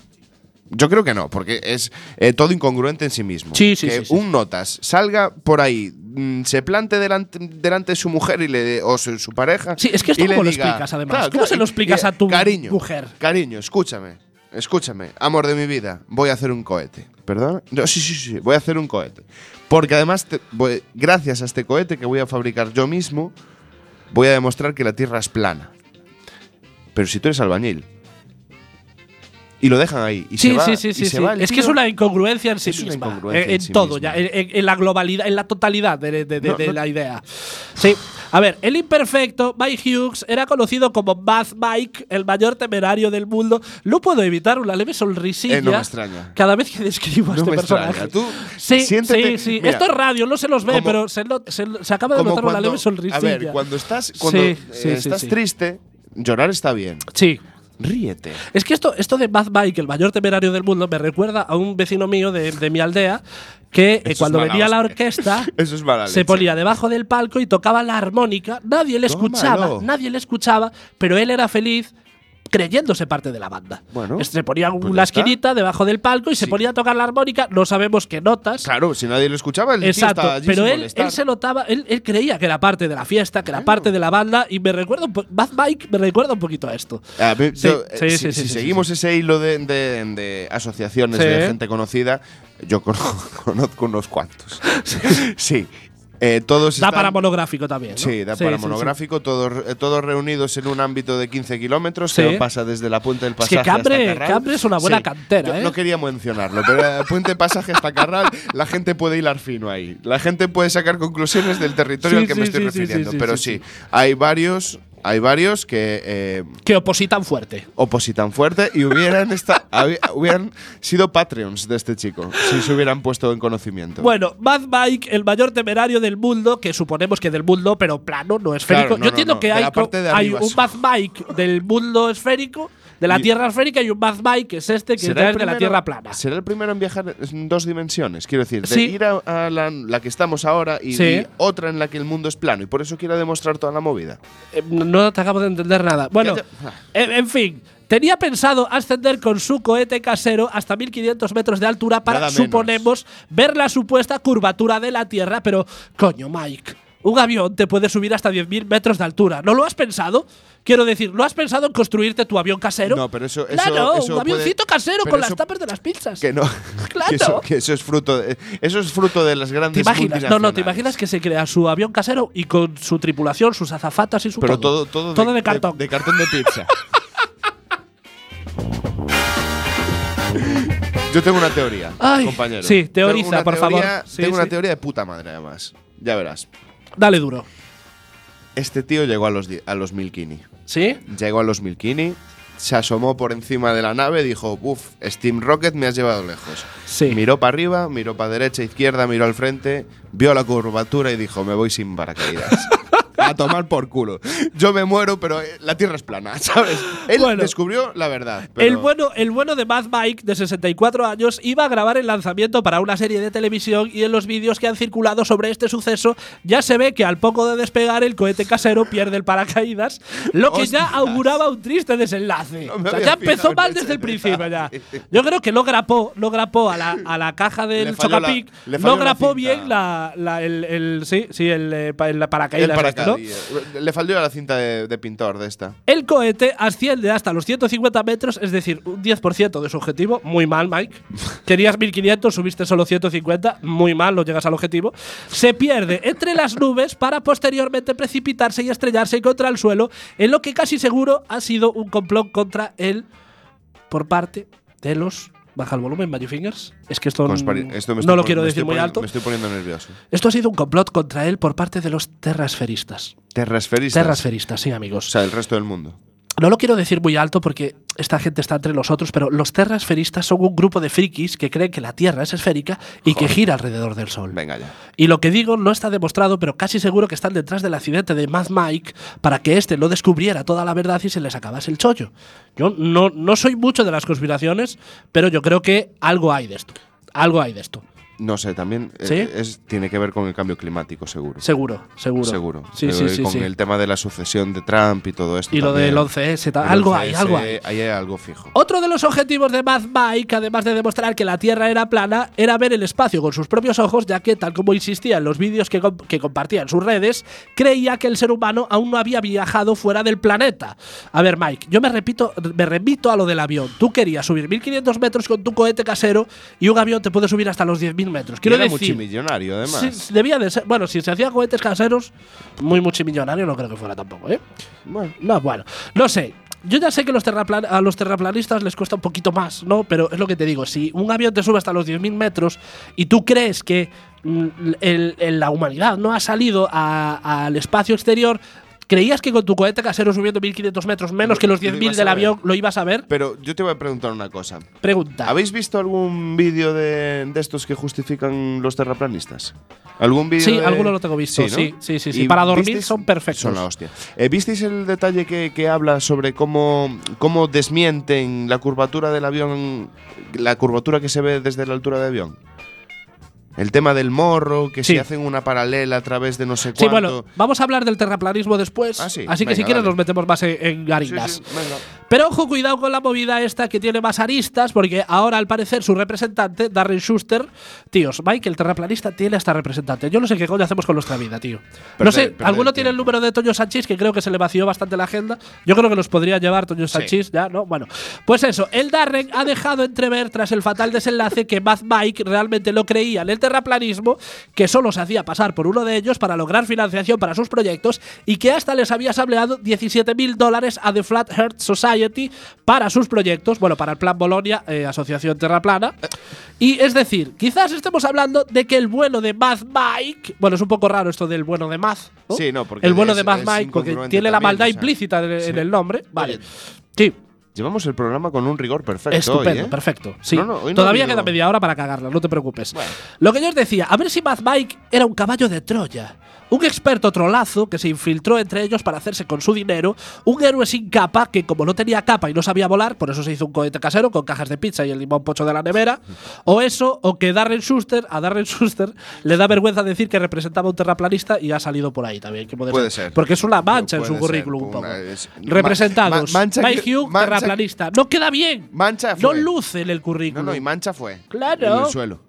Speaker 4: Yo creo que no, porque es eh, todo incongruente en sí mismo.
Speaker 3: Sí, sí,
Speaker 4: que
Speaker 3: sí, sí.
Speaker 4: un notas salga por ahí, mm, se plante delante, delante de su mujer y le, o su, su pareja.
Speaker 3: Sí, es que esto
Speaker 4: y le
Speaker 3: cómo lo
Speaker 4: diga-
Speaker 3: explicas, además. ¿Cómo se lo
Speaker 4: y-
Speaker 3: explicas
Speaker 4: y-
Speaker 3: a tu
Speaker 4: cariño,
Speaker 3: mujer?
Speaker 4: Cariño, escúchame, escúchame, amor de mi vida, voy a hacer un cohete. ¿Perdón? No, sí, sí, sí, voy a hacer un cohete. Porque además, te- voy- gracias a este cohete que voy a fabricar yo mismo, voy a demostrar que la tierra es plana. Pero si tú eres albañil. Y lo dejan ahí. Y se
Speaker 3: Sí,
Speaker 4: va,
Speaker 3: sí, sí,
Speaker 4: y
Speaker 3: sí,
Speaker 4: se
Speaker 3: sí.
Speaker 4: va el
Speaker 3: Es que es
Speaker 4: tío.
Speaker 3: una incongruencia en sí
Speaker 4: Es una
Speaker 3: misma.
Speaker 4: incongruencia
Speaker 3: en,
Speaker 4: en
Speaker 3: en
Speaker 4: sí
Speaker 3: todo,
Speaker 4: misma.
Speaker 3: ya, en, en- en la globalidad, en la totalidad de, de- de-
Speaker 4: No,
Speaker 3: de
Speaker 4: no-
Speaker 3: la idea. Sí. A ver, el imperfecto, Mike Hughes, era conocido como Mad Mike, el mayor temerario del mundo. No puedo evitar una leve sonrisilla
Speaker 4: Eh, no me extraña.
Speaker 3: cada vez que describo a
Speaker 4: No
Speaker 3: este
Speaker 4: me
Speaker 3: personaje.
Speaker 4: extraña. Tú
Speaker 3: sí, sí,
Speaker 4: siéntete-
Speaker 3: sí.
Speaker 4: mira,
Speaker 3: Esto es radio, no se los ve,
Speaker 4: como-
Speaker 3: pero se, not- se- se acaba de
Speaker 4: Como
Speaker 3: notar una leve sonrisilla.
Speaker 4: a ver, cuando estás, cuando,
Speaker 3: Sí,
Speaker 4: eh,
Speaker 3: sí, sí,
Speaker 4: estás
Speaker 3: sí.
Speaker 4: triste, llorar está bien.
Speaker 3: Sí.
Speaker 4: Ríete.
Speaker 3: Es que esto, esto de Mad Mike, el mayor temerario del mundo, me recuerda a un vecino mío de, de mi aldea que eh,
Speaker 4: Eso es
Speaker 3: cuando
Speaker 4: mala
Speaker 3: venía la
Speaker 4: hostia.
Speaker 3: orquesta
Speaker 4: Eso es mala
Speaker 3: se
Speaker 4: leche.
Speaker 3: ponía debajo del palco y tocaba la armónica. Nadie le escuchaba,
Speaker 4: Tómalo.
Speaker 3: nadie le escuchaba, pero él era feliz creyéndose parte de la banda. Este,
Speaker 4: Bueno,
Speaker 3: se ponía
Speaker 4: pues
Speaker 3: una
Speaker 4: ya está.
Speaker 3: esquinita debajo del palco y se
Speaker 4: Sí.
Speaker 3: ponía a tocar la armónica, no sabemos qué notas.
Speaker 4: Claro, si nadie lo escuchaba, el tío
Speaker 3: Exacto,
Speaker 4: estaba allí
Speaker 3: pero
Speaker 4: sin
Speaker 3: él,
Speaker 4: molestar.
Speaker 3: él se notaba, él, él creía que era parte de la fiesta, que era parte de la banda y me recuerda, un po- Mad Mike me recuerda un poquito a esto.
Speaker 4: A ver,
Speaker 3: Sí,
Speaker 4: yo, eh,
Speaker 3: sí, sí,
Speaker 4: si,
Speaker 3: sí,
Speaker 4: si
Speaker 3: sí, sí,
Speaker 4: seguimos ese hilo de, de- de asociaciones
Speaker 3: Sí.
Speaker 4: de gente conocida, yo con- conozco unos cuantos. sí. Eh, todos
Speaker 3: Da
Speaker 4: están-
Speaker 3: para monográfico también. ¿no?
Speaker 4: Sí, da para
Speaker 3: sí.
Speaker 4: monográfico, Todos, eh, todos reunidos en un ámbito de 15 kilómetros,
Speaker 3: Sí.
Speaker 4: que pasa desde la Puente del
Speaker 3: Es que
Speaker 4: Pasaje
Speaker 3: Cambre-
Speaker 4: hasta Carral.
Speaker 3: Cambre es una buena cantera,
Speaker 4: Yo
Speaker 3: ¿eh?
Speaker 4: No quería mencionarlo, pero eh, Puente Pasaje hasta Carral, la gente puede hilar fino ahí. La gente puede sacar conclusiones del territorio
Speaker 3: Sí,
Speaker 4: al que
Speaker 3: sí,
Speaker 4: me estoy
Speaker 3: sí, sí,
Speaker 4: refiriendo.
Speaker 3: sí, sí,
Speaker 4: pero
Speaker 3: sí,
Speaker 4: sí, hay varios, hay varios que eh,
Speaker 3: Que opositan fuerte.
Speaker 4: opositan fuerte y hubieran, esta- habi- hubieran sido Patreons de este chico si se hubieran puesto en conocimiento.
Speaker 3: Bueno, Mad Mike, el mayor temerario del mundo, que suponemos que del mundo, pero plano, no esférico.
Speaker 4: Claro, no,
Speaker 3: Yo
Speaker 4: no,
Speaker 3: entiendo
Speaker 4: no,
Speaker 3: que
Speaker 4: de
Speaker 3: hay,
Speaker 4: la
Speaker 3: co-
Speaker 4: parte de
Speaker 3: hay
Speaker 4: arriba
Speaker 3: un Mad Mike del mundo esférico, de la
Speaker 4: Y-
Speaker 3: Tierra esférica, y un Mad Mike, que es este, que ya es de la Tierra plana.
Speaker 4: Será el primero en viajar en dos dimensiones, quiero decir, de
Speaker 3: Sí.
Speaker 4: ir a, a la, la que estamos ahora y,
Speaker 3: Sí.
Speaker 4: y otra en la que el mundo es plano y por eso quiero demostrar toda la movida.
Speaker 3: Eh, no te acabo de entender nada. Bueno,
Speaker 4: Ya, ya.
Speaker 3: en, en fin. Tenía pensado ascender con su cohete casero hasta 1500 metros de altura para,
Speaker 4: Nada menos.
Speaker 3: suponemos, ver la supuesta curvatura de la Tierra, pero coño, Mike, un avión te puede subir hasta 10.000 metros de altura. ¿No lo has pensado? Quiero decir, ¿no has pensado en construirte tu avión casero?
Speaker 4: No, pero eso- eso-
Speaker 3: Claro,
Speaker 4: eso
Speaker 3: un
Speaker 4: puede-
Speaker 3: avioncito casero
Speaker 4: pero
Speaker 3: con las
Speaker 4: eso-
Speaker 3: tapas de las pizzas.
Speaker 4: Que no.
Speaker 3: Claro.
Speaker 4: Que eso, que eso es fruto de, eso es fruto de las grandes
Speaker 3: ¿Te imaginas? No, no, ¿te
Speaker 4: multinacionales.
Speaker 3: imaginas que se crea su avión casero y con su tripulación, sus azafatas y su
Speaker 4: Pero todo todo
Speaker 3: todo de cartón.
Speaker 4: De, cartón de pizza. Yo tengo una teoría,
Speaker 3: Ay,
Speaker 4: compañero.
Speaker 3: sí,
Speaker 4: Tengo
Speaker 3: teoriza,
Speaker 4: una
Speaker 3: por favor.
Speaker 4: teoría-
Speaker 3: Sí,
Speaker 4: Tengo
Speaker 3: sí.
Speaker 4: una teoría de puta madre, además. Ya verás.
Speaker 3: Dale duro.
Speaker 4: Este tío llegó a los, die- a los mil kini.
Speaker 3: ¿Sí?
Speaker 4: Llegó a los Milkini, se asomó por encima de la nave, dijo, uff, Steam Rocket me has llevado lejos.
Speaker 3: Sí.
Speaker 4: Miró para arriba, miró para derecha, izquierda, miró al frente, vio la curvatura y dijo, me voy sin paracaídas. A tomar por culo. Yo me muero, pero eh, la Tierra es plana, ¿sabes? Él
Speaker 3: Bueno.
Speaker 4: descubrió la verdad. pero-
Speaker 3: El, bueno, el bueno de Mad Mike, de 64 años, iba a grabar el lanzamiento para una serie de televisión y en los vídeos que han circulado sobre este suceso ya se ve que al poco de despegar el cohete casero pierde el paracaídas, lo que ya
Speaker 4: Hostias.
Speaker 3: auguraba un triste desenlace.
Speaker 4: No me
Speaker 3: O sea,
Speaker 4: había
Speaker 3: ya
Speaker 4: fijado
Speaker 3: empezó
Speaker 4: en
Speaker 3: mal
Speaker 4: ese
Speaker 3: desde el principio ya.
Speaker 4: detalle.
Speaker 3: Yo creo que lo grapó, lo grapó a la, a la caja del
Speaker 4: Le falló la-
Speaker 3: Chocapic,
Speaker 4: le falló
Speaker 3: lo
Speaker 4: la
Speaker 3: grapó
Speaker 4: cinta.
Speaker 3: bien la, la- el, el- sí, sí, el, eh, pa- el
Speaker 4: El
Speaker 3: paracaídas. este, ¿no?
Speaker 4: paracaídas. eh, Le faltó a la cinta de, de pintor de esta.
Speaker 3: El cohete asciende hasta los 150 metros, es decir, un 10% de su objetivo. Muy mal, Mike. Querías 1500, subiste solo 150. Muy mal, no llegas al objetivo. Se pierde entre las nubes para posteriormente precipitarse y estrellarse contra el suelo, en lo que casi seguro ha sido un complot contra él por parte de los. Baja el volumen, Magic Fingers. Es que esto,
Speaker 4: Conspari- esto me estoy
Speaker 3: no lo
Speaker 4: poni-
Speaker 3: quiero
Speaker 4: me
Speaker 3: decir
Speaker 4: estoy
Speaker 3: muy
Speaker 4: poni-
Speaker 3: alto.
Speaker 4: Me estoy poniendo nervioso.
Speaker 3: Esto ha sido un complot contra él por parte de los terrasferistas.
Speaker 4: Terrasferistas.
Speaker 3: Terrasferistas, sí, amigos.
Speaker 4: O sea, el resto del mundo.
Speaker 3: No lo quiero decir muy alto porque esta gente está entre nosotros, pero los terrasferistas son un grupo de frikis que creen que la Tierra es esférica y que gira alrededor del Sol.
Speaker 4: Venga ya.
Speaker 3: Y lo que digo no está demostrado, pero casi seguro que están detrás del accidente de Mad Mike para que éste no descubriera toda la verdad y se les acabase el chollo. Yo no, no soy mucho de las conspiraciones, pero yo creo que algo hay de esto. Algo hay de esto.
Speaker 4: No sé, también eh,
Speaker 3: ¿Sí?
Speaker 4: es- tiene que ver con el cambio climático, seguro.
Speaker 3: Seguro, seguro.
Speaker 4: Seguro.
Speaker 3: Sí, sí,
Speaker 4: Eh,
Speaker 3: sí.
Speaker 4: con
Speaker 3: sí.
Speaker 4: el tema de la sucesión de Trump y todo esto.
Speaker 3: Y lo
Speaker 4: también.
Speaker 3: del 11S, tal.
Speaker 4: El
Speaker 3: algo hay,
Speaker 4: 11S,
Speaker 3: algo hay. Oh,
Speaker 4: Ahí hay algo fijo.
Speaker 3: Otro de los objetivos de Mad Mike, además de demostrar que la Tierra era plana, era ver el espacio con sus propios ojos, ya que, tal como insistía en los vídeos que, com- que compartía en sus redes, creía que el ser humano aún no había viajado fuera del planeta. A ver, Mike, yo me, repito, me remito a lo del avión. Tú querías subir 1500 metros con tu cohete casero y un avión te puede subir hasta los 10.000 mil metros. Quiero
Speaker 4: era
Speaker 3: decir,
Speaker 4: multimillonario, además.
Speaker 3: sí, debía de ser. Bueno, si se hacía cohetes caseros, muy multimillonario no creo que fuera tampoco, ¿eh?
Speaker 4: Bueno,
Speaker 3: No, bueno, no sé. Yo ya sé que los terraplan- a los terraplanistas les cuesta un poquito más, ¿no? Pero es lo que te digo, si un avión te sube hasta los 10.000 metros y tú crees que mm, el- el- la humanidad no ha salido a- al espacio exterior, creías que con tu cohete casero subiendo 1.500 metros menos
Speaker 4: Lo-
Speaker 3: que los
Speaker 4: lo ibas
Speaker 3: 10.000
Speaker 4: a
Speaker 3: del
Speaker 4: ver.
Speaker 3: avión lo ibas a ver,
Speaker 4: pero yo te voy a preguntar una cosa.
Speaker 3: pregunta.
Speaker 4: ¿Habéis visto algún vídeo de, de estos que justifican los terraplanistas? ¿Algún vídeo?
Speaker 3: Sí,
Speaker 4: de-
Speaker 3: alguno lo tengo visto, sí, sí, sí, sí.
Speaker 4: ¿Y
Speaker 3: Para dormir
Speaker 4: visteis?
Speaker 3: son perfectos.
Speaker 4: Son la hostia. Eh, ¿Visteis el detalle que, que habla sobre cómo, cómo desmienten la curvatura del avión, la curvatura que se ve desde la altura del avión? El tema del morro, que
Speaker 3: Sí.
Speaker 4: si hacen una paralela a través de no sé
Speaker 3: Sí,
Speaker 4: cuánto.
Speaker 3: bueno, vamos a hablar del terraplanismo después,
Speaker 4: Ah, sí,
Speaker 3: así que
Speaker 4: venga,
Speaker 3: si quieres
Speaker 4: dale.
Speaker 3: nos metemos más en, en
Speaker 4: Sí, sí,
Speaker 3: garinas.
Speaker 4: venga.
Speaker 3: Pero ojo, cuidado con la movida esta que tiene más aristas, porque ahora al parecer su representante, Darren Schuster, tíos, Mike, el terraplanista, tiene hasta representante. Yo no sé qué coño hacemos con nuestra vida, tío. no
Speaker 4: Perder-
Speaker 3: sé,
Speaker 4: perder
Speaker 3: alguno
Speaker 4: el
Speaker 3: tiene el
Speaker 4: tiempo.
Speaker 3: número de Toño Sanchís, que creo que se le vació bastante la agenda. Yo creo que los podría llevar Toño Sanchís, ya, ¿no? Bueno, pues eso, el Darren ha dejado entrever tras el fatal desenlace que Mad Mike realmente lo creía en el terraplanismo, que solo se hacía pasar por uno de ellos para lograr financiación para sus proyectos y que hasta les había sableado 17 mil dólares a The Flat Earth Society para sus proyectos, bueno, para el Plan Bolonia, eh, Asociación Terraplana. Y es decir, quizás estemos hablando de que el bueno de Mad Mike, bueno, es un poco raro esto del bueno de Mad, ¿no?
Speaker 4: Sí, no, porque
Speaker 3: el bueno
Speaker 4: es-
Speaker 3: de Mad
Speaker 4: es
Speaker 3: Mike, porque
Speaker 4: incongruente
Speaker 3: tiene la
Speaker 4: también,
Speaker 3: maldad
Speaker 4: o sea,
Speaker 3: implícita de-
Speaker 4: sí.
Speaker 3: en el nombre, vale.
Speaker 4: Oye,
Speaker 3: Sí.
Speaker 4: Llevamos el programa con un rigor perfecto.
Speaker 3: Estupendo,
Speaker 4: hoy, ¿eh?
Speaker 3: perfecto. Sí.
Speaker 4: No, no, hoy no
Speaker 3: Todavía
Speaker 4: ha habido-
Speaker 3: queda media hora para cagarla, no te preocupes.
Speaker 4: Bueno.
Speaker 3: Lo que yo os decía, a ver si Mad Mike era un caballo de Troya. Un experto trolazo que se infiltró entre ellos para hacerse con su dinero. Un héroe sin capa que, como no tenía capa y no sabía volar, por eso se hizo un cohete casero con cajas de pizza y el limón pocho de la nevera. O eso, o que Darren Schuster, a Darren Schuster, le da vergüenza decir que representaba a un terraplanista y ha salido por ahí también. que
Speaker 4: Puede ser.
Speaker 3: Porque es una mancha en
Speaker 4: Puede
Speaker 3: su
Speaker 4: ser,
Speaker 3: currículum un poco.
Speaker 4: una- es-
Speaker 3: Representados.
Speaker 4: ma- mancha
Speaker 3: Mike
Speaker 4: que-
Speaker 3: Hugh,
Speaker 4: mancha-
Speaker 3: terraplanista. No queda bien.
Speaker 4: Mancha
Speaker 3: No
Speaker 4: fue.
Speaker 3: luce en el
Speaker 4: No,
Speaker 3: currículum.
Speaker 4: no, y mancha fue.
Speaker 3: Claro.
Speaker 4: En el suelo.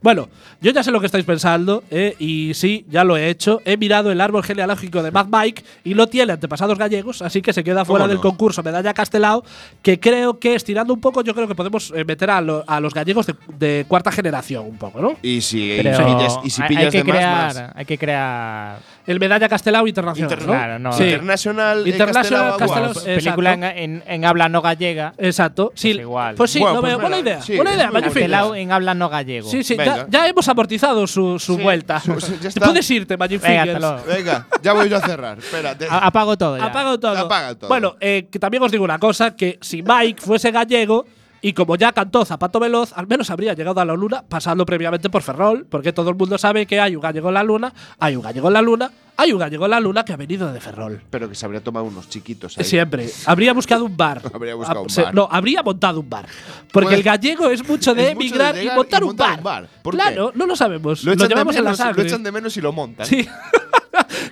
Speaker 3: Bueno, yo ya sé lo que estáis pensando, ¿eh? y sí, ya lo he hecho. He mirado el árbol genealógico de Mad Mike y no tiene antepasados gallegos, así que se queda fuera
Speaker 4: ¿Cómo
Speaker 3: del
Speaker 4: no?
Speaker 3: concurso Medalla Castelao, que creo que estirando un poco, yo creo que podemos eh, meter a, lo- a los gallegos de, de cuarta generación un poco, ¿no?
Speaker 4: Y si, y
Speaker 1: Pero
Speaker 4: si pillas, y si
Speaker 1: hay-
Speaker 4: pillas
Speaker 1: hay que
Speaker 4: de más,
Speaker 1: crear,
Speaker 4: más.
Speaker 1: Hay que crear
Speaker 3: El Medalla Castelao internacional. ¿no?
Speaker 1: Claro, no,
Speaker 3: Sí.
Speaker 4: Internacional. eh,
Speaker 3: International
Speaker 4: Castelao Awards.
Speaker 3: Castelao- Pues Exacto.
Speaker 1: película en, en- en habla no gallega.
Speaker 3: Exacto. Sí,
Speaker 1: Pues igual.
Speaker 3: Pues sí,
Speaker 4: Bueno,
Speaker 3: no
Speaker 4: pues
Speaker 3: veo- buena
Speaker 4: venga,
Speaker 3: idea.
Speaker 4: sí,
Speaker 3: buena
Speaker 4: es
Speaker 3: idea,
Speaker 4: muy buena
Speaker 3: Magnifique.
Speaker 4: idea.
Speaker 1: Castelao en habla no gallego.
Speaker 3: Ah, Sí, sí, ya,
Speaker 4: Venga.
Speaker 3: ya hemos amortizado su, su
Speaker 4: Sí,
Speaker 3: vuelta.
Speaker 4: su- su- ya
Speaker 3: Te
Speaker 4: está.
Speaker 3: puedes irte, Magic
Speaker 1: Venga,
Speaker 3: Fingers.
Speaker 1: hasta luego.
Speaker 4: Venga, ya voy yo a cerrar. Espérate.
Speaker 3: Ah.
Speaker 1: A- Apago todo. ya.
Speaker 3: Apago todo.
Speaker 4: Apaga todo.
Speaker 3: Bueno, eh, que también os digo una cosa, que si Mike fuese gallego y como ya cantó Zapato Veloz, al menos habría llegado a la luna pasando previamente por Ferrol, porque todo el mundo sabe que hay un gallego en la luna, hay un gallego en la luna, hay un gallego en la luna que ha venido de Ferrol.
Speaker 4: Pero que se habría tomado unos chiquitos ahí.
Speaker 3: Siempre. Habría buscado un bar.
Speaker 4: Habría buscado
Speaker 3: Ah,
Speaker 4: un
Speaker 3: se-
Speaker 4: bar.
Speaker 3: No, habría montado un bar. Porque
Speaker 4: Pues-
Speaker 3: el gallego es mucho de
Speaker 4: Es mucho de
Speaker 3: emigrar y
Speaker 4: llegar
Speaker 3: montar,
Speaker 4: y
Speaker 3: un
Speaker 4: montar
Speaker 3: bar.
Speaker 4: un bar. ¿Por
Speaker 3: claro, no lo sabemos. Lo,
Speaker 4: echan de
Speaker 3: llevamos en la
Speaker 4: menos-
Speaker 3: sangre.
Speaker 4: Lo echan de menos y lo montan.
Speaker 3: Sí.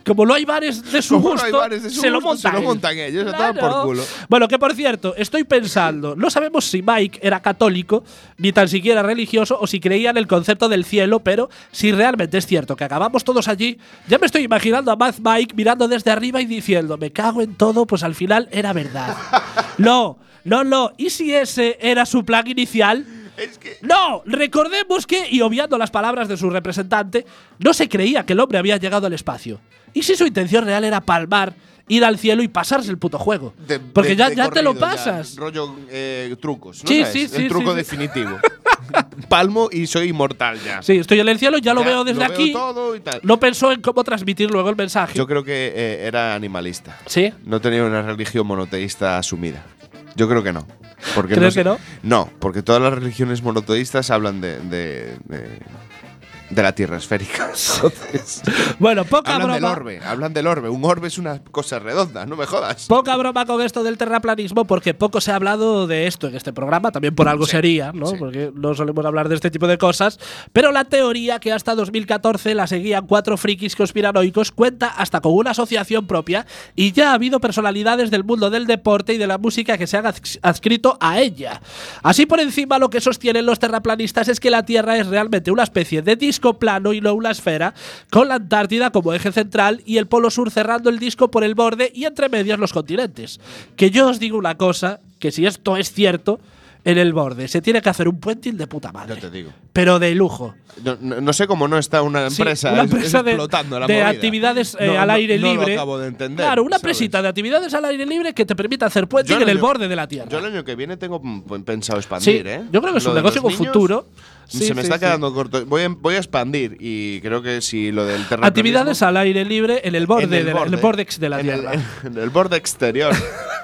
Speaker 3: Como no hay bares de su
Speaker 4: Como no
Speaker 3: gusto,
Speaker 4: hay bares de su
Speaker 3: se, lo
Speaker 4: gusto, se
Speaker 3: montan.
Speaker 4: lo montan ellos, a tomar por culo.
Speaker 3: Bueno, que por cierto, estoy pensando, no sabemos si Mike era católico, ni tan siquiera religioso, o si creía en el concepto del cielo, pero si realmente es cierto que acabamos todos allí, ya me estoy imaginando a Mad Mike mirando desde arriba y diciendo, me cago en todo, pues al final era verdad. no, no, no. ¿Y si ese era su plan inicial?
Speaker 4: Es que.
Speaker 3: No, recordemos que, y obviando las palabras de su representante, no se creía que el hombre había llegado al espacio. ¿Y si su intención real era palmar, ir al cielo y pasarse el puto juego?
Speaker 4: de-
Speaker 3: Porque
Speaker 4: de-
Speaker 3: ya,
Speaker 4: de
Speaker 3: ya te lo
Speaker 4: corrido, ya,
Speaker 3: pasas.
Speaker 4: rollo eh, trucos. ¿no
Speaker 3: Sí,
Speaker 4: sabes?
Speaker 3: sí, sí,
Speaker 4: El
Speaker 3: sí,
Speaker 4: truco
Speaker 3: sí.
Speaker 4: definitivo. Palmo y soy inmortal ya.
Speaker 3: Sí, estoy en el cielo, ya lo
Speaker 4: Ya,
Speaker 3: veo desde
Speaker 4: lo veo
Speaker 3: aquí.
Speaker 4: todo y tal.
Speaker 3: No pensó en cómo transmitir luego el mensaje.
Speaker 4: Yo creo que eh, era animalista.
Speaker 3: ¿Sí?
Speaker 4: No tenía una religión monoteísta asumida. Yo creo que no. Porque
Speaker 3: ¿Crees
Speaker 4: sé-
Speaker 3: que no?
Speaker 4: No, porque todas las religiones monoteístas hablan de. de, de- de la tierra esférica. Entonces,
Speaker 3: Ah, Bueno, poca
Speaker 4: hablan del
Speaker 3: broma.
Speaker 4: orbe, hablan del orbe. Un orbe es una cosa redonda, no me jodas.
Speaker 3: Poca broma con esto del terraplanismo, porque poco se ha hablado de esto en este programa, también por algo sería, ¿no?
Speaker 4: sí.
Speaker 3: Porque no solemos hablar de este tipo de cosas. Pero la teoría, que hasta 2014 la seguían cuatro frikis conspiranoicos, cuenta hasta con una asociación propia y ya ha habido personalidades del mundo del deporte y de la música que se han adsc- adscrito a ella. Así por encima, lo que sostienen los terraplanistas es que la Tierra es realmente una especie de disco plano y no una esfera, con la Antártida como eje central y el Polo Sur cerrando el disco por el borde y entre medias los continentes. Que yo os digo una cosa, que si esto es cierto, en el borde. Se tiene que hacer un puentil de puta madre.
Speaker 4: Yo te digo.
Speaker 3: Pero de lujo.
Speaker 4: No, no- no sé cómo no está una
Speaker 3: Sí,
Speaker 4: empresa,
Speaker 3: una
Speaker 4: es-
Speaker 3: empresa
Speaker 4: es
Speaker 3: de-
Speaker 4: explotando la
Speaker 3: de
Speaker 4: movida.
Speaker 3: actividades, eh,
Speaker 4: No,
Speaker 3: al
Speaker 4: no-
Speaker 3: aire
Speaker 4: no lo
Speaker 3: libre.
Speaker 4: acabo de entender,
Speaker 3: Claro, una
Speaker 4: ¿sabes?
Speaker 3: presita de actividades al aire libre que te permita hacer puenting
Speaker 4: Yo el
Speaker 3: en el
Speaker 4: año-
Speaker 3: borde de la tierra.
Speaker 4: Yo el año que viene tengo mm,
Speaker 3: Sí,
Speaker 4: pensado expandir, ¿eh?
Speaker 3: yo creo que es
Speaker 4: Lo
Speaker 3: un
Speaker 4: de
Speaker 3: negocio
Speaker 4: los
Speaker 3: con
Speaker 4: niños,
Speaker 3: futuro.
Speaker 4: Se
Speaker 3: Sí,
Speaker 4: me
Speaker 3: sí,
Speaker 4: está
Speaker 3: sí.
Speaker 4: quedando corto. Voy a, voy a expandir y creo que si lo del terreno.
Speaker 3: Actividades al aire libre en el borde, de la- en el bordex de la
Speaker 4: en el-
Speaker 3: tierra.
Speaker 4: en el borde exterior.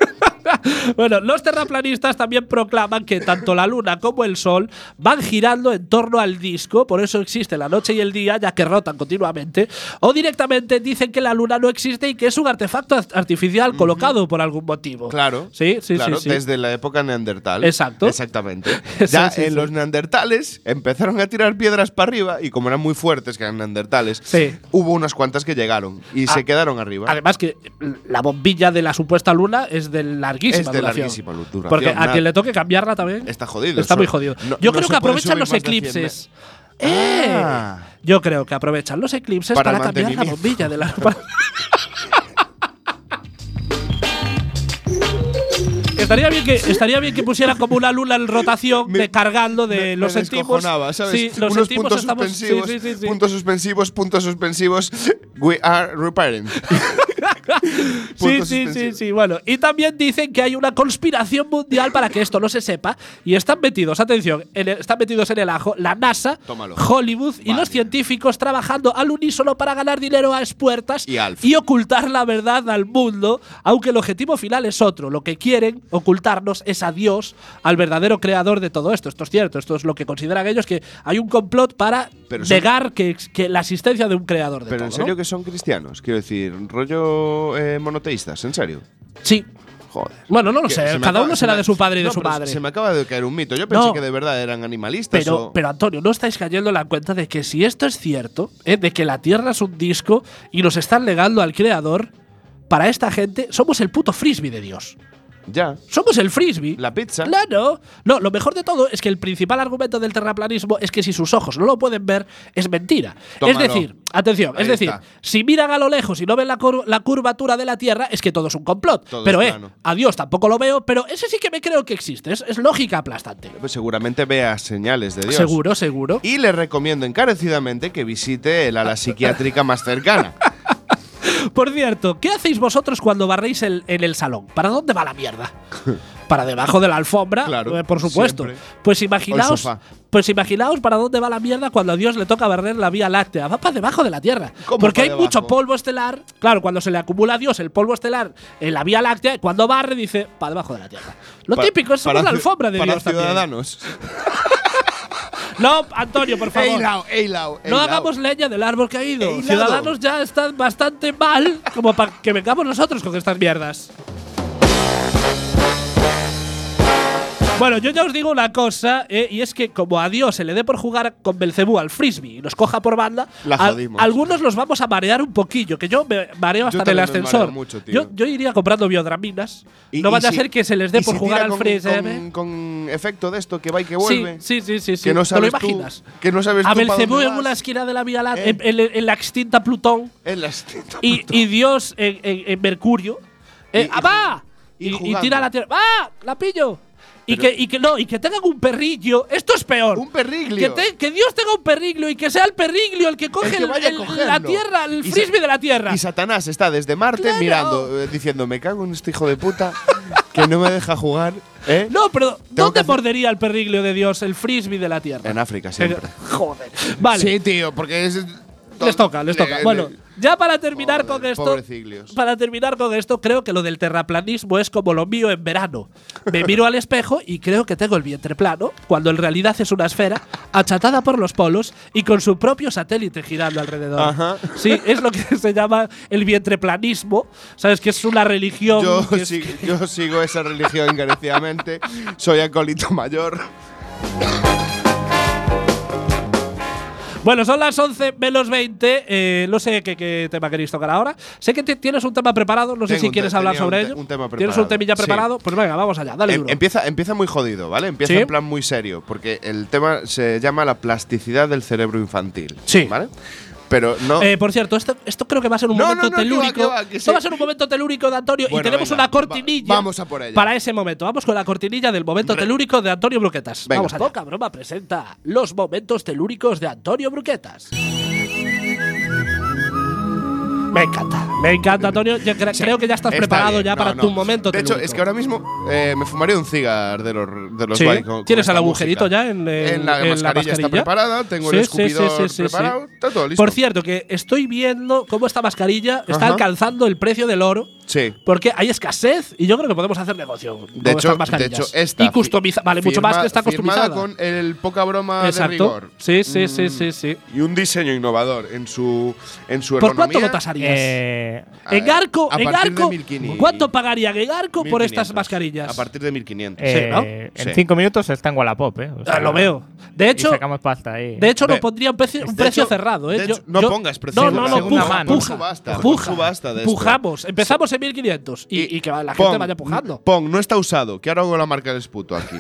Speaker 3: Bueno, los terraplanistas también proclaman que tanto la luna como el sol van girando en torno al disco, por eso existe la noche y el día, ya que rotan continuamente, o directamente dicen que la luna no existe y que es un artefacto art- artificial colocado por algún motivo.
Speaker 4: Claro.
Speaker 3: Sí, sí,
Speaker 4: claro,
Speaker 3: sí, sí.
Speaker 4: Desde la época neandertal.
Speaker 3: Exacto.
Speaker 4: Exactamente.
Speaker 3: Sí,
Speaker 4: ya
Speaker 3: sí,
Speaker 4: en
Speaker 3: sí.
Speaker 4: los neandertales empezaron a tirar piedras para arriba y como eran muy fuertes que eran neandertales,
Speaker 3: Sí. Ah,
Speaker 4: hubo unas cuantas que llegaron y se quedaron arriba.
Speaker 3: Además que la bombilla de la supuesta luna es de larguísima
Speaker 4: Es de
Speaker 3: duración.
Speaker 4: larguísima lu- duración,
Speaker 3: Porque a
Speaker 4: nada.
Speaker 3: quien le toque cambiarla también
Speaker 4: Está jodido
Speaker 3: Está
Speaker 4: eso.
Speaker 3: muy jodido.
Speaker 4: No-
Speaker 3: Yo
Speaker 4: no
Speaker 3: creo
Speaker 4: se
Speaker 3: que
Speaker 4: puede
Speaker 3: aprovechan
Speaker 4: subir
Speaker 3: los
Speaker 4: más de 100
Speaker 3: eclipses.
Speaker 4: Ah.
Speaker 3: ¡Eh! Yo creo que aprovechan los eclipses
Speaker 4: Para
Speaker 3: para,
Speaker 4: el
Speaker 3: cambiar la
Speaker 4: mantenimiento.
Speaker 3: bombilla de la Estaría bien, que, estaría bien que pusieran como una luna en rotación
Speaker 4: Me-
Speaker 3: de cargando de
Speaker 4: Me-
Speaker 3: los
Speaker 4: me
Speaker 3: sentimos.
Speaker 4: descojonaba, ¿sabes?
Speaker 3: Sí, los
Speaker 4: Unos
Speaker 3: sentimos
Speaker 4: puntos
Speaker 3: estamos. sí,
Speaker 4: suspensivos,
Speaker 3: sí, sí, sí.
Speaker 4: puntos suspensivos, puntos suspensivos. We are repairing.
Speaker 3: Sí,
Speaker 4: Puntos
Speaker 3: sí, sí,
Speaker 4: suspensivos.
Speaker 3: sí. Bueno, y también dicen que hay una conspiración mundial para que esto no se sepa. Y están metidos, atención, en el- están metidos en el ajo la NASA,
Speaker 4: Tómalo.
Speaker 3: Hollywood y
Speaker 4: Vale.
Speaker 3: los científicos trabajando al unísono para ganar dinero a expuertas
Speaker 4: Y Alf.
Speaker 3: ocultar la verdad al mundo, aunque el objetivo final es otro. Lo que quieren ocultarnos es a Dios, al verdadero creador de todo esto. Esto es cierto, esto es lo que consideran ellos, que hay un complot para
Speaker 4: Pero son-
Speaker 3: negar que, ex- que la existencia de un creador de
Speaker 4: Pero
Speaker 3: todo,
Speaker 4: en
Speaker 3: ¿no?
Speaker 4: serio que son cristianos, quiero decir, rollo eh, monoteístas, en serio.
Speaker 3: Sí.
Speaker 4: Joder.
Speaker 3: Bueno, no lo
Speaker 4: Que
Speaker 3: sé,
Speaker 4: se me
Speaker 3: cada
Speaker 4: acaba-
Speaker 3: uno
Speaker 4: se
Speaker 3: será
Speaker 4: me-
Speaker 3: de su padre y de
Speaker 4: no,
Speaker 3: su
Speaker 4: pero
Speaker 3: madre.
Speaker 4: Se me acaba de caer un mito. Yo pensé
Speaker 3: No.
Speaker 4: que de verdad eran animalistas.
Speaker 3: Pero,
Speaker 4: o-
Speaker 3: pero Antonio, ¿no estáis cayendo en la cuenta de que si esto es cierto, eh, de que la Tierra es un disco y nos están legando al creador, para esta gente somos el puto frisbee de Dios?
Speaker 4: Ya.
Speaker 3: Somos el frisbee.
Speaker 4: La pizza.
Speaker 3: Claro. No, lo mejor de todo es que el principal argumento del terraplanismo es que si sus ojos no lo pueden ver, es mentira.
Speaker 4: Tómalo.
Speaker 3: Es decir, atención,
Speaker 4: Ahí
Speaker 3: es decir,
Speaker 4: está.
Speaker 3: si miran a lo lejos y no ven la, cur- la curvatura de la Tierra, es que todo es un complot.
Speaker 4: Todo
Speaker 3: pero,
Speaker 4: es
Speaker 3: eh,
Speaker 4: plano.
Speaker 3: a Dios tampoco lo veo, pero ese sí que me creo que existe. Es, es lógica aplastante.
Speaker 4: Pues seguramente vea señales de Dios.
Speaker 3: Seguro, seguro.
Speaker 4: Y le recomiendo encarecidamente que visite el ala psiquiátrica más cercana.
Speaker 3: Por cierto, ¿qué hacéis vosotros cuando barréis el- en el salón? ¿Para dónde va la mierda? Para debajo de la alfombra,
Speaker 4: Claro,
Speaker 3: eh, por supuesto.
Speaker 4: siempre.
Speaker 3: Pues imaginaos,
Speaker 4: sofá.
Speaker 3: pues imaginaos para dónde va la mierda cuando a Dios le toca barrer la Vía Láctea. Va para debajo de la Tierra.
Speaker 4: ¿Cómo
Speaker 3: Porque
Speaker 4: pa'
Speaker 3: hay mucho
Speaker 4: debajo?
Speaker 3: polvo estelar. Claro, cuando se le acumula a Dios el polvo estelar en la Vía Láctea, cuando barre dice, para debajo de la Tierra. Lo
Speaker 4: Pa-
Speaker 3: típico es somos
Speaker 4: para
Speaker 3: la
Speaker 4: ci-
Speaker 3: alfombra de
Speaker 4: para
Speaker 3: Dios también.
Speaker 4: ciudadanos.
Speaker 3: No, Antonio, por favor.
Speaker 4: lao, ey, lao, ey,
Speaker 3: No
Speaker 4: lao.
Speaker 3: hagamos leña del árbol caído.
Speaker 4: He hilado.
Speaker 3: Ciudadanos ya están bastante mal como para que vengamos nosotros con estas mierdas. Bueno, yo ya os digo una cosa, eh, y es que como a Dios se le dé por jugar con Belcebú al frisbee y nos coja por banda,
Speaker 4: La
Speaker 3: a-
Speaker 4: jodimos.
Speaker 3: algunos los vamos a marear un poquillo, que yo me mareo hasta en el
Speaker 4: también me
Speaker 3: ascensor.
Speaker 4: mareo mucho, tío.
Speaker 3: yo, yo iría comprando biodraminas.
Speaker 4: Y-
Speaker 3: no
Speaker 4: y
Speaker 3: vaya
Speaker 4: si-
Speaker 3: a ser que se les dé
Speaker 4: y
Speaker 3: por
Speaker 4: si
Speaker 3: jugar
Speaker 4: tira
Speaker 3: al
Speaker 4: con-
Speaker 3: frisbee. ¿eh?
Speaker 4: Con, con efecto de esto, que va y que
Speaker 3: Sí,
Speaker 4: vuelve.
Speaker 3: sí, sí, sí, sí.
Speaker 4: Que no
Speaker 3: ¿Te
Speaker 4: sabes
Speaker 3: lo
Speaker 4: tú-
Speaker 3: imaginas?
Speaker 4: que no sabes
Speaker 3: a
Speaker 4: tú pa'
Speaker 3: Belcebú
Speaker 4: dónde
Speaker 3: en
Speaker 4: vas.
Speaker 3: una esquina de la Vía Láctea,
Speaker 4: Eh.
Speaker 3: en, en- en la extinta Plutón,
Speaker 4: En las tetas.
Speaker 3: y, y Dios en, en- en Mercurio. Eh,
Speaker 4: Y-
Speaker 3: ¡ah, ¡Va!
Speaker 4: y
Speaker 3: Y, y
Speaker 4: jugando.
Speaker 3: tira la tierra. ¡Va! ¡La pillo! Y
Speaker 4: Pero-
Speaker 3: que, y que no, y que tengan un perrillo. Esto es peor.
Speaker 4: Un perriglio.
Speaker 3: Que, te- que Dios tenga un perriglio y que sea el perriglio el que coge
Speaker 4: que
Speaker 3: el-
Speaker 4: vaya a
Speaker 3: el- la
Speaker 4: cogerlo.
Speaker 3: tierra, el
Speaker 4: Y sa-
Speaker 3: frisbee de la tierra.
Speaker 4: Y Satanás está desde Marte
Speaker 3: Claro.
Speaker 4: mirando, eh, diciendo, me cago en este hijo de puta que no me deja jugar. ¿eh?
Speaker 3: No, pero
Speaker 4: que
Speaker 3: ¿dónde
Speaker 4: hacer-
Speaker 3: mordería el perriglio de Dios el frisbee de la tierra?
Speaker 4: En África siempre.
Speaker 3: Joder. Vale.
Speaker 4: Sí, tío, porque es… Eh,
Speaker 3: Les toca, les toca.
Speaker 4: le-
Speaker 3: bueno,
Speaker 4: le-
Speaker 3: ya para terminar
Speaker 4: Joder,
Speaker 3: con esto.
Speaker 4: pobrecillos.
Speaker 3: Para terminar con esto, creo que lo del terraplanismo es como lo mío en verano. Me miro al espejo y creo que tengo el vientre plano, cuando en realidad es una esfera achatada por los polos y con su propio satélite girando alrededor.
Speaker 4: Ajá.
Speaker 3: Sí, es lo que se llama el vientreplanismo. ¿Sabes? Que es una religión.
Speaker 4: Yo,
Speaker 3: que es-
Speaker 4: sig- yo sigo esa religión encarecidamente. Soy acólito mayor.
Speaker 3: Bueno, son las 11 menos 20. eh, no sé qué, qué tema queréis tocar ahora. Sé que te- tienes un tema preparado. No sé
Speaker 4: Tengo
Speaker 3: si
Speaker 4: un
Speaker 3: quieres
Speaker 4: te-
Speaker 3: hablar
Speaker 4: tenía un
Speaker 3: sobre
Speaker 4: te-
Speaker 3: ello.
Speaker 4: un
Speaker 3: ¿Tienes
Speaker 4: tema
Speaker 3: un
Speaker 4: preparado,
Speaker 3: temilla
Speaker 4: sí.
Speaker 3: preparado? Pues venga, vamos allá. Dale
Speaker 4: Em-
Speaker 3: duro.
Speaker 4: empieza, empieza muy jodido, ¿vale? Empieza
Speaker 3: Sí.
Speaker 4: en plan muy serio, porque el tema se llama la plasticidad del cerebro infantil.
Speaker 3: Sí.
Speaker 4: ¿Vale? Pero no.
Speaker 3: Eh, por cierto, esto, esto creo que va a ser un
Speaker 4: No,
Speaker 3: momento
Speaker 4: no, no, que
Speaker 3: telúrico.
Speaker 4: va, que va, que
Speaker 3: Esto
Speaker 4: sí.
Speaker 3: va a ser un momento telúrico de Antonio y
Speaker 4: Bueno,
Speaker 3: tenemos
Speaker 4: venga,
Speaker 3: una cortinilla
Speaker 4: va- vamos a por ella.
Speaker 3: para ese momento. Vamos con la cortinilla del momento telúrico de Antonio Bruquetas.
Speaker 4: Venga,
Speaker 3: vamos allá. Poca broma presenta los momentos telúricos de Antonio Bruquetas. Me encanta, me encanta, Antonio. Yo cre- creo que ya estás
Speaker 4: Está
Speaker 3: preparado
Speaker 4: bien,
Speaker 3: ya
Speaker 4: no,
Speaker 3: para
Speaker 4: no.
Speaker 3: tu momento
Speaker 4: De hecho,
Speaker 3: telúrico.
Speaker 4: es que ahora mismo eh, me fumaría un cigar de los, de los
Speaker 3: Sí.
Speaker 4: Vine con- con
Speaker 3: ¿Tienes
Speaker 4: esta
Speaker 3: el agujerito
Speaker 4: música.
Speaker 3: ya en, eh,
Speaker 4: En la,
Speaker 3: en la
Speaker 4: mascarilla,
Speaker 3: mascarilla?
Speaker 4: está preparada, tengo el
Speaker 3: Sí, sí, sí,
Speaker 4: escupidor
Speaker 3: sí, sí, sí.
Speaker 4: preparado, está todo listo.
Speaker 3: Por cierto, que estoy viendo cómo esta mascarilla está
Speaker 4: Ajá.
Speaker 3: alcanzando el precio del oro.
Speaker 4: Sí.
Speaker 3: Porque hay escasez y yo creo que podemos hacer negocio. con
Speaker 4: De hecho,
Speaker 3: estas
Speaker 4: de
Speaker 3: mascarillas.
Speaker 4: hecho, esta
Speaker 3: Y customiza,
Speaker 4: fi-
Speaker 3: vale mucho
Speaker 4: firma-
Speaker 3: más que está customizada.
Speaker 4: firmada con el poca broma de
Speaker 3: Exacto.
Speaker 4: rigor.
Speaker 3: Sí, sí, sí,
Speaker 4: Mm,
Speaker 3: sí, sí.
Speaker 4: Y un diseño innovador en su en su
Speaker 3: ¿Por cuánto
Speaker 4: ergonomía.
Speaker 3: lo tasarías?
Speaker 1: Eh,
Speaker 4: A
Speaker 3: en
Speaker 4: ver,
Speaker 3: Arco,
Speaker 4: a
Speaker 3: en
Speaker 4: partir de
Speaker 3: Arco,
Speaker 4: 1500.
Speaker 3: ¿cuánto pagaría en Arco por estas
Speaker 4: 1500.
Speaker 3: mascarillas?
Speaker 4: A partir de 1500.
Speaker 1: eh,
Speaker 3: ¿no?
Speaker 1: En
Speaker 4: Sí.
Speaker 1: cinco minutos está en Wallapop, ¿eh? O
Speaker 3: Ah,
Speaker 1: sea,
Speaker 3: lo veo. De
Speaker 1: y
Speaker 3: hecho,
Speaker 1: sacamos pasta ahí.
Speaker 3: de hecho nos
Speaker 4: Ve.
Speaker 3: pondría un precio, un
Speaker 4: De
Speaker 3: precio
Speaker 4: hecho-
Speaker 3: cerrado. ¿eh?
Speaker 4: de
Speaker 3: Yo-
Speaker 4: hecho, no
Speaker 3: yo-
Speaker 4: pongas precio
Speaker 3: No, no,
Speaker 1: cerrado.
Speaker 3: no,
Speaker 1: Segunda
Speaker 3: puja,
Speaker 1: mano.
Speaker 3: puja,
Speaker 4: Subasta,
Speaker 3: puja.
Speaker 4: subasta de esto.
Speaker 3: Pujamos. Empezamos en 1500 y, y que la gente
Speaker 4: Pon,
Speaker 3: vaya pujando.
Speaker 4: Pon, mm, no está usado. ¿Qué ahora hago la marca del esputo aquí?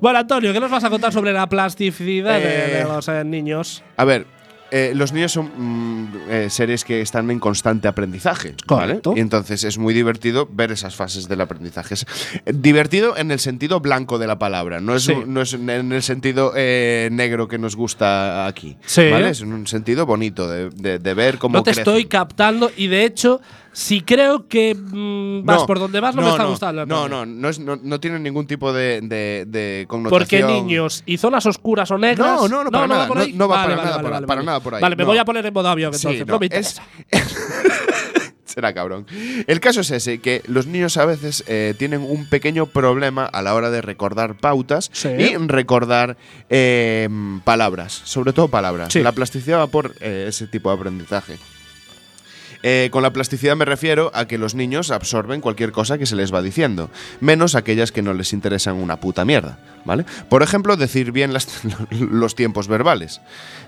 Speaker 3: Bueno, Antonio, ¿qué nos vas a contar sobre la plasticidad de, de
Speaker 4: Eh,
Speaker 3: los eh, niños?
Speaker 4: A ver, eh, los niños son mm, eh, seres que están en constante aprendizaje.
Speaker 3: Correcto.
Speaker 4: ¿vale? Y entonces es muy divertido ver esas fases del aprendizaje. Es, eh, divertido en el sentido blanco de la palabra, no es,
Speaker 3: Sí.
Speaker 4: un- no es en en el sentido eh, negro que nos gusta aquí.
Speaker 3: Sí.
Speaker 4: ¿vale? Es un sentido bonito de, de- de ver cómo
Speaker 3: No te
Speaker 4: crecen.
Speaker 3: estoy captando y de hecho, si creo que mm, vas
Speaker 4: No,
Speaker 3: por donde vas, no, me está gustando.
Speaker 4: No, no, no, es- no, no tiene ningún tipo de, de, de
Speaker 3: Porque
Speaker 4: connotación.
Speaker 3: niños y zonas oscuras o negras.
Speaker 4: No, no, no, para nada,
Speaker 3: por ahí.
Speaker 4: no- no va
Speaker 3: Vale,
Speaker 4: para
Speaker 3: vale,
Speaker 4: nada
Speaker 3: vale,
Speaker 4: por-
Speaker 3: vale,
Speaker 4: para
Speaker 3: vale.
Speaker 4: nada por ahí,
Speaker 3: Vale, me
Speaker 4: no.
Speaker 3: voy a poner en modo avión
Speaker 4: Sí,
Speaker 3: entonces. no, me
Speaker 4: es-
Speaker 3: interesa.
Speaker 4: Será cabrón. El caso es ese, que los niños a veces eh, tienen un pequeño problema a la hora de recordar pautas
Speaker 3: Sí.
Speaker 4: y recordar eh, palabras, sobre todo palabras.
Speaker 3: Sí.
Speaker 4: La plasticidad va por eh, ese tipo de aprendizaje. Eh, con la plasticidad me refiero a que los niños absorben cualquier cosa que se les va diciendo, menos aquellas que no les interesan una puta mierda, ¿vale? Por ejemplo, decir bien las- los tiempos verbales.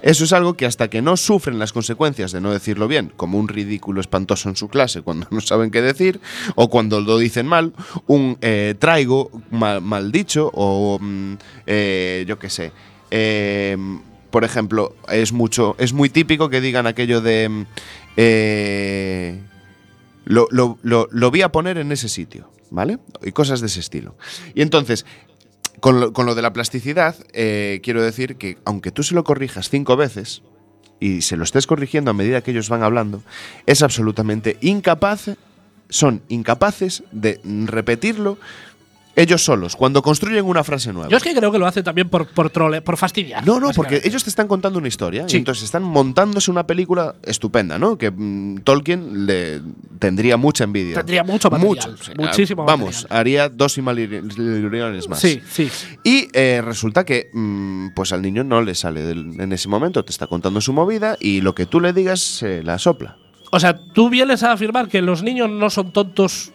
Speaker 4: Eso es algo que hasta que no sufren las consecuencias de no decirlo bien, como un ridículo espantoso en su clase cuando no saben qué decir, o cuando lo dicen mal, un eh, traigo mal, mal dicho, o mm, eh, yo qué sé. eh, por ejemplo, es mucho, es muy típico que digan aquello de mm, eh, lo, lo- lo- lo voy a poner en ese sitio, ¿vale? Y cosas de ese estilo. Y entonces, con lo, con lo de la plasticidad, eh, quiero decir que aunque tú se lo corrijas cinco veces y se lo estés corrigiendo a medida que ellos van hablando, es absolutamente incapaz, son incapaces de mm, repetirlo ellos solos, cuando construyen una frase nueva.
Speaker 3: Yo es que creo que lo hacen también por, por trole, por fastidiar.
Speaker 4: No, no, porque
Speaker 3: básicamente.
Speaker 4: ellos te están contando una historia.
Speaker 3: Sí.
Speaker 4: Y entonces están montándose una película estupenda, ¿no? Que mm, Tolkien le tendría mucha envidia.
Speaker 3: Tendría mucho material,
Speaker 4: Mucho,
Speaker 3: muchísimo
Speaker 4: ah, Vamos,
Speaker 3: material.
Speaker 4: haría dos Silmarilliones más.
Speaker 3: Sí, sí.
Speaker 4: Y eh, resulta que mm, pues al niño no le sale del- en ese momento. Te está contando su movida y lo que tú le digas se la sopla.
Speaker 3: O sea, tú vienes a afirmar que los niños no son tontos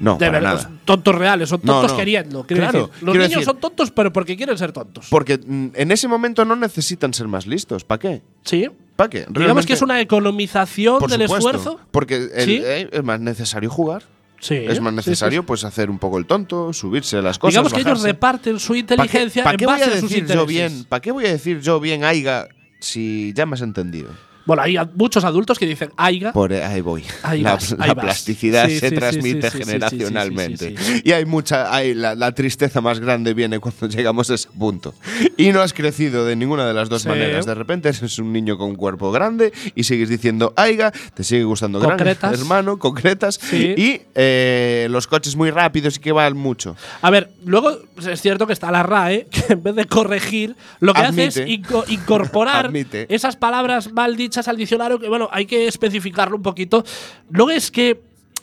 Speaker 4: No,
Speaker 3: de
Speaker 4: para
Speaker 3: verdad,
Speaker 4: nada.
Speaker 3: son tontos reales, son
Speaker 4: No,
Speaker 3: tontos
Speaker 4: no.
Speaker 3: queriendo. quiero
Speaker 4: Claro,
Speaker 3: decir. los
Speaker 4: quiero
Speaker 3: niños
Speaker 4: decir-
Speaker 3: son tontos, pero porque quieren ser tontos.
Speaker 4: Porque mm, en ese momento no necesitan ser más listos. ¿Para qué?
Speaker 3: sí.
Speaker 4: ¿Para qué?
Speaker 3: Digamos que es
Speaker 4: Realmente-
Speaker 3: una economización
Speaker 4: Por
Speaker 3: del
Speaker 4: supuesto,
Speaker 3: esfuerzo.
Speaker 4: Porque el-
Speaker 3: Sí.
Speaker 4: eh, es más necesario jugar.
Speaker 3: Sí,
Speaker 4: es más
Speaker 3: sí,
Speaker 4: necesario
Speaker 3: sí,
Speaker 4: pues hacer un poco el tonto, subirse a las
Speaker 3: sí.
Speaker 4: cosas.
Speaker 3: Digamos que ellos
Speaker 4: bajarse.
Speaker 3: reparten su
Speaker 4: ¿Pa qué-
Speaker 3: inteligencia
Speaker 4: pa
Speaker 3: en
Speaker 4: qué
Speaker 3: base
Speaker 4: voy a
Speaker 3: a sus
Speaker 4: decir
Speaker 3: intereses.
Speaker 4: yo bien? ¿Para qué voy a decir yo bien Aiga si ya me has entendido?
Speaker 3: Bueno, hay a- muchos adultos que dicen aiga.
Speaker 4: Por eh, ahí voy.
Speaker 3: Ahí
Speaker 4: la
Speaker 3: vas,
Speaker 4: la
Speaker 3: ahí vas.
Speaker 4: plasticidad
Speaker 3: Sí, sí,
Speaker 4: se
Speaker 3: sí,
Speaker 4: transmite
Speaker 3: sí, sí, sí, sí, sí, sí,
Speaker 4: generacionalmente.
Speaker 3: sí, sí, sí.
Speaker 4: Y hay mucha hay la, la tristeza más grande viene cuando llegamos a ese punto. Y no has crecido de ninguna de las dos
Speaker 3: Sí.
Speaker 4: maneras. De repente eres un niño con un cuerpo grande y sigues diciendo Aiga, te sigue gustando gran
Speaker 3: Concretas.
Speaker 4: hermano, concretas
Speaker 3: Sí.
Speaker 4: y eh, los coches muy rápidos y que van mucho.
Speaker 3: A ver, luego es cierto que está la RAE, que en vez de corregir, lo que hace es
Speaker 4: Admite.
Speaker 3: inco- incorporar
Speaker 4: Admite.
Speaker 3: esas palabras mal dichas al diccionario, que bueno, hay que especificarlo un poquito. No es que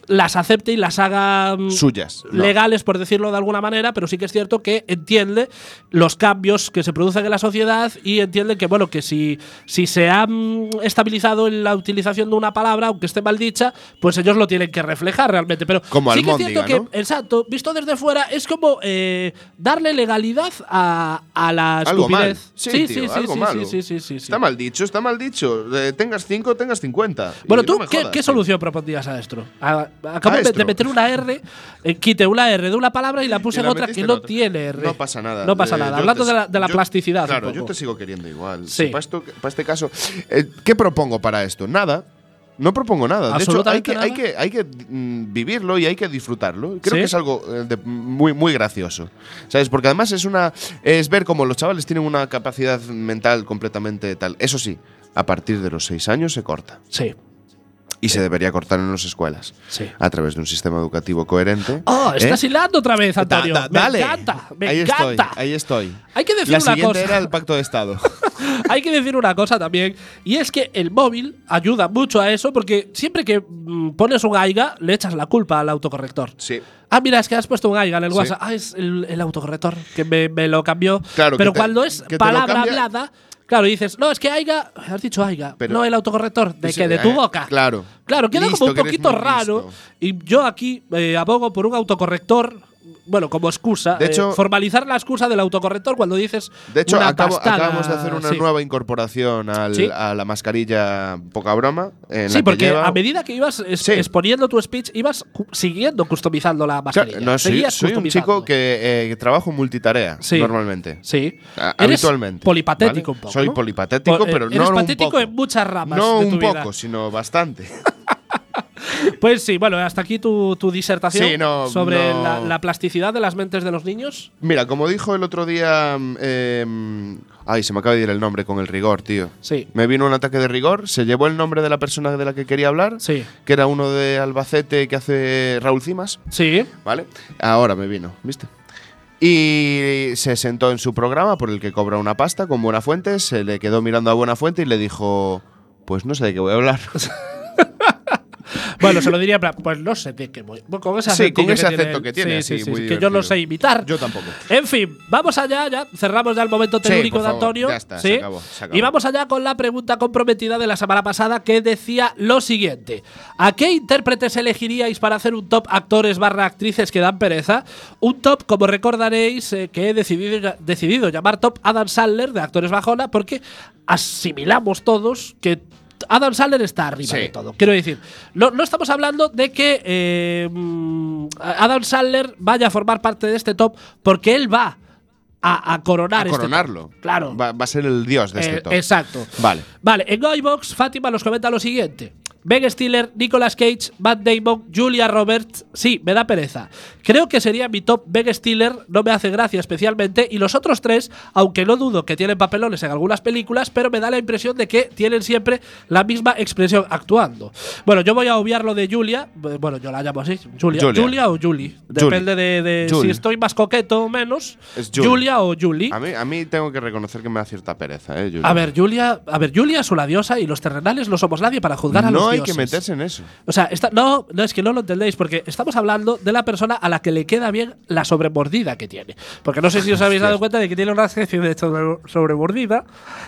Speaker 3: las acepte y las haga mm,
Speaker 4: Suyas. no.
Speaker 3: legales, por decirlo de alguna manera, pero sí que es cierto que entiende los cambios que se producen en la sociedad y entiende que, bueno, que si, si se ha mm, estabilizado en la utilización de una palabra, aunque esté mal dicha, pues ellos lo tienen que reflejar realmente. Pero
Speaker 4: Como
Speaker 3: sí que es cierto que,
Speaker 4: Almóndiga, ¿no?
Speaker 3: exacto, visto desde fuera, es como eh, darle legalidad a, a la
Speaker 4: Algo mal.
Speaker 3: estupidez.
Speaker 4: Sí, tío, algo malo.
Speaker 3: sí, sí, sí, sí.
Speaker 4: Está mal dicho, está mal dicho. Eh, tengas 5, tengas 50.
Speaker 3: Bueno,
Speaker 4: Y
Speaker 3: ¿tú
Speaker 4: no me
Speaker 3: qué,
Speaker 4: jodas, eh.
Speaker 3: qué
Speaker 4: tío.
Speaker 3: solución propondrías a esto? A- acabo
Speaker 4: Ah,
Speaker 3: de-
Speaker 4: estro.
Speaker 3: de meter una R, eh, quité una R de una palabra y la puse
Speaker 4: Y
Speaker 3: Pues en
Speaker 4: la
Speaker 3: otra que
Speaker 4: metiste
Speaker 3: no
Speaker 4: en otra.
Speaker 3: tiene R.
Speaker 4: No pasa nada.
Speaker 3: No pasa
Speaker 4: Eh,
Speaker 3: nada.
Speaker 4: yo
Speaker 3: Hablando
Speaker 4: te-
Speaker 3: de la, de la
Speaker 4: yo-
Speaker 3: plasticidad. un
Speaker 4: Claro,
Speaker 3: poco.
Speaker 4: yo te sigo queriendo igual.
Speaker 3: Sí.
Speaker 4: Para, esto- pa' este caso, eh, ¿qué propongo para esto? Nada. No propongo nada. De hecho, hay
Speaker 3: Absolutamente
Speaker 4: que, hay
Speaker 3: nada.
Speaker 4: que, hay que mm, vivirlo y hay que disfrutarlo. Creo
Speaker 3: Sí.
Speaker 4: que es algo eh, de- muy, muy gracioso. ¿Sabes? Porque además es una es ver cómo los chavales tienen una capacidad mental completamente tal. Eso sí, a partir de los seis años se corta.
Speaker 3: Sí,
Speaker 4: Y se debería cortar en las escuelas.
Speaker 3: sí.
Speaker 4: A través de un sistema educativo coherente.
Speaker 3: Oh,
Speaker 4: ¿Eh?
Speaker 3: estás hilando otra vez,
Speaker 4: Da-
Speaker 3: Antonio.
Speaker 4: da-
Speaker 3: me
Speaker 4: dale.
Speaker 3: encanta, me
Speaker 4: ahí
Speaker 3: encanta.
Speaker 4: Estoy, ahí estoy.
Speaker 3: Hay que decir
Speaker 4: La
Speaker 3: una
Speaker 4: siguiente
Speaker 3: cosa.
Speaker 4: era el pacto de Estado.
Speaker 3: Hay que decir una cosa también, y es que el móvil ayuda mucho a eso, porque siempre que mm, pones un AIGA, le echas la culpa al autocorrector.
Speaker 4: sí.
Speaker 3: Ah, mira, es que has puesto un AIGA en el
Speaker 4: Sí.
Speaker 3: WhatsApp. Ah, es el, el autocorrector que me, me lo cambió.
Speaker 4: Claro,
Speaker 3: Pero
Speaker 4: que te-
Speaker 3: cuando es
Speaker 4: que te lo
Speaker 3: palabra
Speaker 4: cambia-
Speaker 3: hablada, claro, dices, no, es que AIGA, has dicho AIGA,
Speaker 4: Pero-
Speaker 3: no el autocorrector, de
Speaker 4: Dice,
Speaker 3: que de tu
Speaker 4: eh,
Speaker 3: boca.
Speaker 4: claro.
Speaker 3: Claro, queda
Speaker 4: Listo,
Speaker 3: como un
Speaker 4: que eres
Speaker 3: poquito
Speaker 4: muy
Speaker 3: raro.
Speaker 4: listo.
Speaker 3: Y yo aquí eh, abogo por un autocorrector. Bueno, como excusa,
Speaker 4: De
Speaker 3: eh,
Speaker 4: hecho-
Speaker 3: formalizar la excusa del autocorrector cuando dices.
Speaker 4: De hecho,
Speaker 3: una
Speaker 4: acabo-
Speaker 3: pastada.
Speaker 4: acabamos de hacer una
Speaker 3: Sí.
Speaker 4: nueva incorporación al-
Speaker 3: Sí.
Speaker 4: a la mascarilla poca broma. en la
Speaker 3: Sí,
Speaker 4: que
Speaker 3: porque
Speaker 4: lleva-
Speaker 3: a medida que ibas es-
Speaker 4: Sí.
Speaker 3: exponiendo tu speech, ibas cu- siguiendo customizando la
Speaker 4: Claro,
Speaker 3: mascarilla.
Speaker 4: no, soy,
Speaker 3: Seguías
Speaker 4: soy un
Speaker 3: customizando.
Speaker 4: chico que, eh, que trabajo multitarea
Speaker 3: Sí.
Speaker 4: normalmente.
Speaker 3: Sí.
Speaker 4: A-
Speaker 3: Eres
Speaker 4: habitualmente.
Speaker 3: Polipatético
Speaker 4: ¿vale?
Speaker 3: un poco.
Speaker 4: Soy
Speaker 3: ¿no?
Speaker 4: polipatético,
Speaker 3: Po- eh,
Speaker 4: pero no
Speaker 3: Eres
Speaker 4: un
Speaker 3: patético
Speaker 4: poco.
Speaker 3: en muchas ramas.
Speaker 4: No
Speaker 3: de tu
Speaker 4: un
Speaker 3: vida.
Speaker 4: poco, sino bastante.
Speaker 3: Pues sí, bueno, hasta aquí tu, tu disertación
Speaker 4: Sí, no,
Speaker 3: sobre
Speaker 4: no.
Speaker 3: La, la plasticidad de las mentes de los niños.
Speaker 4: Mira, como dijo el otro día. mm, eh, ay, se me acaba de ir el nombre con el rigor, tío.
Speaker 3: Sí.
Speaker 4: Me vino un ataque de rigor, se llevó el nombre de la persona de la que quería hablar,
Speaker 3: Sí.
Speaker 4: que era uno de Albacete que hace Raúl Cimas,
Speaker 3: Sí.
Speaker 4: ¿vale? Ahora me vino, ¿viste? Y se sentó en su programa por el que cobra una pasta con Buenafuente, se le quedó mirando a Buenafuente y le dijo, pues no sé de qué voy a hablar.
Speaker 3: Bueno, se lo diría, en plan, pues no sé de qué voy. Con ese,
Speaker 4: Sí,
Speaker 3: acentillo
Speaker 4: con ese
Speaker 3: que
Speaker 4: acento que tiene,
Speaker 3: Sí,
Speaker 4: así,
Speaker 3: sí, sí,
Speaker 4: muy
Speaker 3: que yo no
Speaker 4: divertido.
Speaker 3: sé imitar.
Speaker 4: Yo tampoco.
Speaker 3: En fin, vamos allá, ya cerramos ya el momento
Speaker 4: Sí,
Speaker 3: telúrico
Speaker 4: por
Speaker 3: de
Speaker 4: favor,
Speaker 3: Antonio.
Speaker 4: ya está,
Speaker 3: ¿sí?
Speaker 4: se acabó, se acabó.
Speaker 3: Y vamos allá con la pregunta comprometida de la semana pasada que decía lo siguiente: ¿A qué intérpretes elegiríais para hacer un top actores barra actrices que dan pereza? Un top, como recordaréis, eh, que he decidido, decidido llamar top Adam Sandler de Actores Bajona porque asimilamos todos que. Adam Sandler está arriba
Speaker 4: Sí.
Speaker 3: de todo. Quiero decir, no, no estamos hablando de que eh, mm, Adam Sandler vaya a formar parte de este top porque él va a, a
Speaker 4: A
Speaker 3: coronar este
Speaker 4: coronarlo.
Speaker 3: top. Claro.
Speaker 4: Va, va a ser el dios de este
Speaker 3: Eh,
Speaker 4: top.
Speaker 3: Exacto.
Speaker 4: Vale.
Speaker 3: Vale, en Goybox, Fátima nos comenta lo siguiente. Ben Stiller, Nicolas Cage, Matt Damon, Julia Roberts. Sí, me da pereza. Creo que sería mi top Ben Stiller, no me hace gracia especialmente. Y los otros tres, aunque no dudo que tienen papelones en algunas películas, pero me da la impresión de que tienen siempre la misma expresión actuando. Bueno, yo voy a obviar lo de Julia. Eh, Bueno, yo la llamo así. Julia. Julia,
Speaker 4: Julia.
Speaker 3: o Julie.
Speaker 4: Julie.
Speaker 3: Depende de, de si
Speaker 4: Julie.
Speaker 3: estoy más coqueto o menos.
Speaker 4: Es Julie.
Speaker 3: Julia o Julie.
Speaker 4: A mí, a mí tengo que reconocer que me da cierta pereza, ¿eh? Julia.
Speaker 3: A ver, Julia, a ver, Julia es una diosa y los terrenales no somos nadie para juzgar a los
Speaker 4: no hay
Speaker 3: dioses.
Speaker 4: que meterse en eso.
Speaker 3: O sea, esta- no, no es que no lo entendéis porque estamos hablando de la persona a la que le queda bien la sobremordida que tiene. Porque no sé si os habéis dado cuenta de que tiene una especie de sobre- sobremordida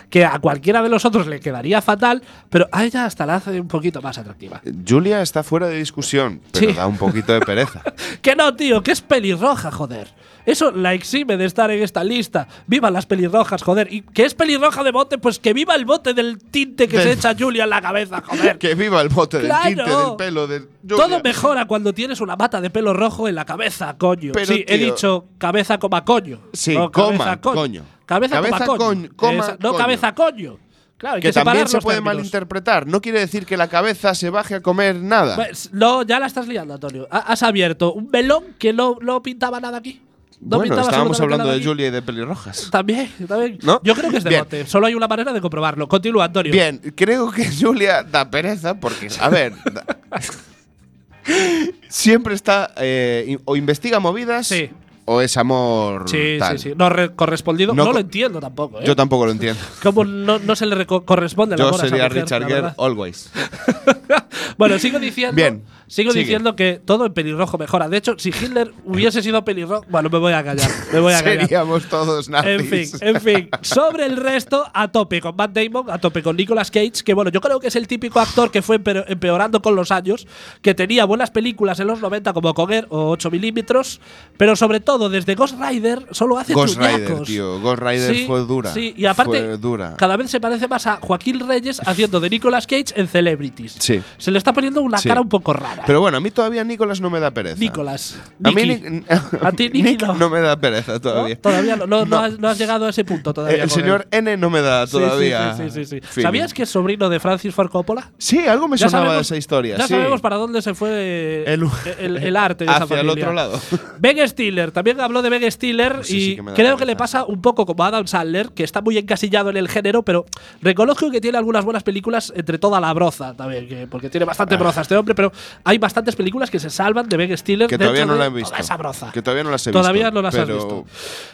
Speaker 3: que a cualquiera de los otros le quedaría fatal, pero a ella hasta la hace un poquito más
Speaker 4: Eh.
Speaker 3: atractiva.
Speaker 4: Julia está fuera de discusión, pero
Speaker 3: Sí.
Speaker 4: da un poquito de pereza.
Speaker 3: Que no, tío, que es pelirroja, joder. Eso la exime de estar en esta lista. Viva las pelirrojas, joder. Y que es pelirroja de bote, pues que viva el bote del tinte que
Speaker 4: Del-
Speaker 3: se echa Julia en la cabeza, joder.
Speaker 4: que viva el bote del
Speaker 3: Claro.
Speaker 4: tinte, del pelo, de Julia.
Speaker 3: Todo mejora cuando tienes una mata de pelo rojo en la cabeza, coño.
Speaker 4: Pero,
Speaker 3: sí, he
Speaker 4: tío.
Speaker 3: dicho cabeza coma coño.
Speaker 4: Sí,
Speaker 3: No,
Speaker 4: coma,
Speaker 3: cabeza co-
Speaker 4: coño.
Speaker 3: Cabeza, coma
Speaker 4: Cabeza
Speaker 3: coño.
Speaker 4: coñ- coma
Speaker 3: Esa- no,
Speaker 4: coño.
Speaker 3: cabeza coño. Claro, hay que,
Speaker 4: Que también
Speaker 3: separar
Speaker 4: se
Speaker 3: los
Speaker 4: puede
Speaker 3: términos.
Speaker 4: malinterpretar. No quiere decir que la cabeza se baje a comer nada.
Speaker 3: Pues, no, ya la estás liando, Antonio. Ha- Has abierto un melón que no, no pintaba nada aquí. No
Speaker 4: bueno,
Speaker 3: pintaba
Speaker 4: estábamos
Speaker 3: absolutamente
Speaker 4: hablando
Speaker 3: nada
Speaker 4: de
Speaker 3: aquí.
Speaker 4: Julia y de pelirrojas.
Speaker 3: También, también.
Speaker 4: ¿No?
Speaker 3: Yo creo que es de
Speaker 4: Bien.
Speaker 3: bote. Solo hay una manera de comprobarlo. Continúa, Antonio.
Speaker 4: Bien, creo que Julia da pereza porque, a ver, da- siempre está eh, in- o investiga movidas
Speaker 3: Sí.
Speaker 4: o es amor
Speaker 3: Sí, sí,
Speaker 4: tal.
Speaker 3: sí. No re- correspondido. No,
Speaker 4: No co-
Speaker 3: lo entiendo tampoco. ¿eh?
Speaker 4: Yo tampoco lo entiendo.
Speaker 3: ¿Cómo no, no se le reco- corresponde el
Speaker 4: Yo
Speaker 3: amor a esa
Speaker 4: sería
Speaker 3: mujer,
Speaker 4: Richard
Speaker 3: la
Speaker 4: Gere
Speaker 3: verdad?
Speaker 4: always.
Speaker 3: bueno, sigo diciendo.
Speaker 4: Bien,
Speaker 3: Sigo
Speaker 4: sigue.
Speaker 3: diciendo que todo en pelirrojo mejora. De hecho, si Hitler hubiese sido pelirrojo. Bueno, me voy a callar. Me voy a callar.
Speaker 4: Seríamos todos nazis.
Speaker 3: En fin, en fin. Sobre el resto, a tope con Matt Damon, a tope con Nicolas Cage, que bueno, yo creo que es el típico actor que fue empeor- empeorando con los años, que tenía buenas películas en los 90 como Coger o 8 milímetros, pero sobre todo desde Ghost Rider solo hace
Speaker 4: Ghost
Speaker 3: truñacos.
Speaker 4: Rider, tío. Ghost Rider
Speaker 3: Sí,
Speaker 4: fue dura.
Speaker 3: Sí, y aparte,
Speaker 4: Fue dura.
Speaker 3: cada vez se parece más a Joaquín Reyes haciendo de Nicolas Cage en Celebrities.
Speaker 4: Sí.
Speaker 3: Se- Se le está poniendo una
Speaker 4: Sí.
Speaker 3: cara un poco rara.
Speaker 4: Pero bueno, a mí todavía Nicolás no me da pereza.
Speaker 3: Nicolás.
Speaker 4: A mí
Speaker 3: Nicky,
Speaker 4: Ni-
Speaker 3: A ti, Nicky,
Speaker 4: Nick
Speaker 3: no.
Speaker 4: me da pereza
Speaker 3: ¿no?
Speaker 4: todavía.
Speaker 3: Todavía no, no- no
Speaker 4: No.
Speaker 3: has, no has llegado a ese punto todavía.
Speaker 4: El
Speaker 3: con él.
Speaker 4: señor N no me da
Speaker 3: Sí, sí,
Speaker 4: todavía.
Speaker 3: sí, sí, sí, sí.
Speaker 4: feeling.
Speaker 3: ¿Sabías que es sobrino de Francis Ford Coppola?
Speaker 4: Sí, algo me sonaba de esa historia.
Speaker 3: Ya
Speaker 4: sí.
Speaker 3: sabemos para dónde se fue el, el- el arte de
Speaker 4: Hacia
Speaker 3: esa familia.
Speaker 4: el otro lado.
Speaker 3: Ben Stiller, también habló de Ben Stiller
Speaker 4: Pues sí,
Speaker 3: y
Speaker 4: sí que me da
Speaker 3: creo
Speaker 4: pereza.
Speaker 3: que le pasa un poco como a Adam Sandler, que está muy encasillado en el género, pero reconozco que tiene algunas buenas películas entre toda la broza también, que- porque tiene
Speaker 4: Ah.
Speaker 3: bastante broza este hombre, pero hay bastantes películas que se salvan de Ben Stiller
Speaker 4: Que todavía
Speaker 3: dentro
Speaker 4: no la
Speaker 3: de
Speaker 4: he visto.
Speaker 3: toda esa broza.
Speaker 4: Que todavía no las he
Speaker 3: Todavía
Speaker 4: visto.
Speaker 3: no las has
Speaker 4: pero
Speaker 3: visto.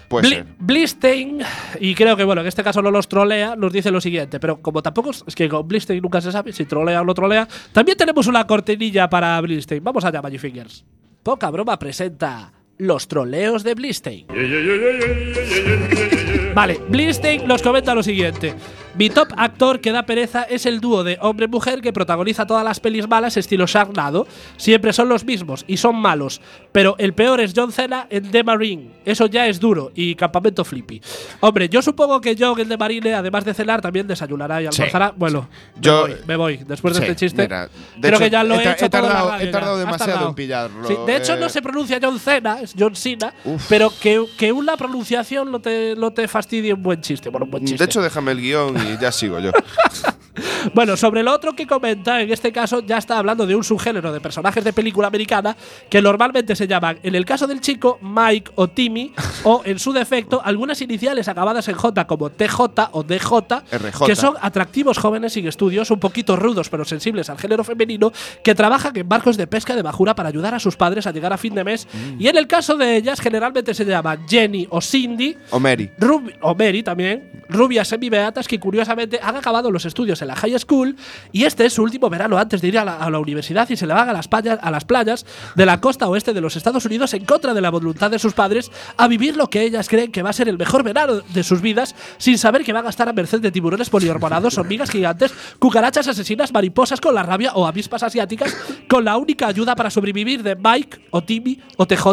Speaker 4: Puede
Speaker 3: Bli-
Speaker 4: ser.
Speaker 3: Blistein, y creo que bueno, en este caso no los trolea, nos dice lo siguiente, pero como tampoco es- es que con Blistein nunca se sabe si trolea o no trolea, también tenemos una cortinilla para Blistein. Vamos allá, Magic Fingers. Poca broma presenta los troleos de Blistein. Vale, Blistein nos comenta lo siguiente. Mi top actor que da pereza es el dúo de hombre-mujer que protagoniza todas las pelis malas estilo Sharknado. Siempre son los mismos y son malos. Pero el peor es John Cena en The Marine. Eso ya es duro. Y Campamento Flippy. Hombre, yo supongo que John en The Marine, además de cenar, también desayunará y almorzará. Bueno, me,
Speaker 4: Yo-
Speaker 3: voy, me voy. Después
Speaker 4: Sí,
Speaker 3: de este chiste,
Speaker 4: mira, de
Speaker 3: creo
Speaker 4: hecho,
Speaker 3: que ya lo
Speaker 4: he
Speaker 3: he,
Speaker 4: ta-
Speaker 3: hecho
Speaker 4: he
Speaker 3: todo en la
Speaker 4: tardado-
Speaker 3: radio
Speaker 4: he tardado
Speaker 3: ya. Has
Speaker 4: demasiado en
Speaker 3: tardado.
Speaker 4: pillarlo,
Speaker 3: Sí, de hecho,
Speaker 4: eh.
Speaker 3: no se pronuncia John Cena, es John Cena. Pero que, que una pronunciación no te, no te fastidie un buen chiste. Bueno, un buen chiste.
Speaker 4: De hecho, déjame el guión y ya sigo yo.
Speaker 3: Bueno, sobre lo otro que comenta, en este caso ya está hablando de un subgénero de personajes de película americana que normalmente se llaman, en el caso del chico, Mike o Timmy, o en su defecto, algunas iniciales acabadas en J como TJ o DJ,
Speaker 4: RJ.
Speaker 3: que son atractivos jóvenes sin estudios, un poquito rudos pero sensibles al género femenino, que trabajan en barcos de pesca de bajura para ayudar a sus padres a llegar a fin de mes. Y en el caso de ellas, generalmente se llaman Jenny o Cindy.
Speaker 4: O Mary.
Speaker 3: Rubi- o Mary también, rubias semibeatas que curiosamente han acabado los estudios en la high school y este es su último verano antes de ir a la, a la universidad y se le van a las, payas- a las playas de la costa oeste de los Estados Unidos en contra de la voluntad de sus padres a vivir lo que ellas creen que va a ser el mejor verano de sus vidas sin saber que van a estar a merced de tiburones polihormonados, hormigas gigantes, cucarachas asesinas, mariposas con la rabia o avispas asiáticas con la única ayuda para sobrevivir de Mike o Timmy o TJ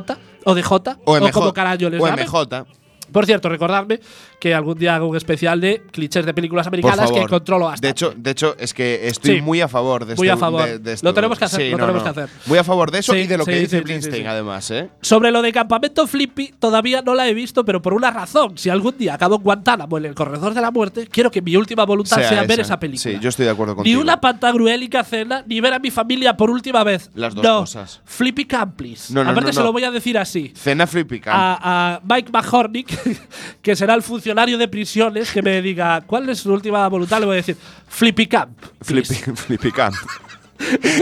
Speaker 3: o DJ
Speaker 4: O MJ.
Speaker 3: como carajo les
Speaker 4: o
Speaker 3: llamen.
Speaker 4: MJ.
Speaker 3: Por cierto, recordadme que algún día hago un especial de clichés de películas americanas que controlo hasta.
Speaker 4: De hecho, de hecho, es que estoy
Speaker 3: Sí.
Speaker 4: muy a favor de
Speaker 3: Muy
Speaker 4: este-
Speaker 3: a favor.
Speaker 4: de- de esto.
Speaker 3: Lo tenemos que hacer,
Speaker 4: Sí,
Speaker 3: lo
Speaker 4: no,
Speaker 3: tenemos
Speaker 4: no.
Speaker 3: que hacer.
Speaker 4: Muy a favor de eso
Speaker 3: Sí,
Speaker 4: y de lo que
Speaker 3: sí,
Speaker 4: dice
Speaker 3: sí, sí,
Speaker 4: Blinstein,
Speaker 3: sí, sí.
Speaker 4: además, ¿eh?
Speaker 3: sobre lo de Campamento Flippy, todavía no la he visto, pero por una razón. Si algún día acabo en Guantánamo, en el corredor de la muerte, quiero que mi última voluntad sea,
Speaker 4: Sea
Speaker 3: ver
Speaker 4: esa.
Speaker 3: esa película.
Speaker 4: Sí, yo estoy de acuerdo
Speaker 3: Ni
Speaker 4: contigo.
Speaker 3: una pantagruélica cena, ni ver a mi familia por última vez.
Speaker 4: Las dos
Speaker 3: no.
Speaker 4: cosas.
Speaker 3: Flippy Camp, please.
Speaker 4: No, no,
Speaker 3: Aparte,
Speaker 4: no,
Speaker 3: se
Speaker 4: no.
Speaker 3: lo voy a decir así.
Speaker 4: Cena flipicante.
Speaker 3: a, a Mike McHornick, que será el funcionario de prisiones, que me diga cuál es su última voluntad, le voy a decir Flippy Camp. please".
Speaker 4: Flipicante.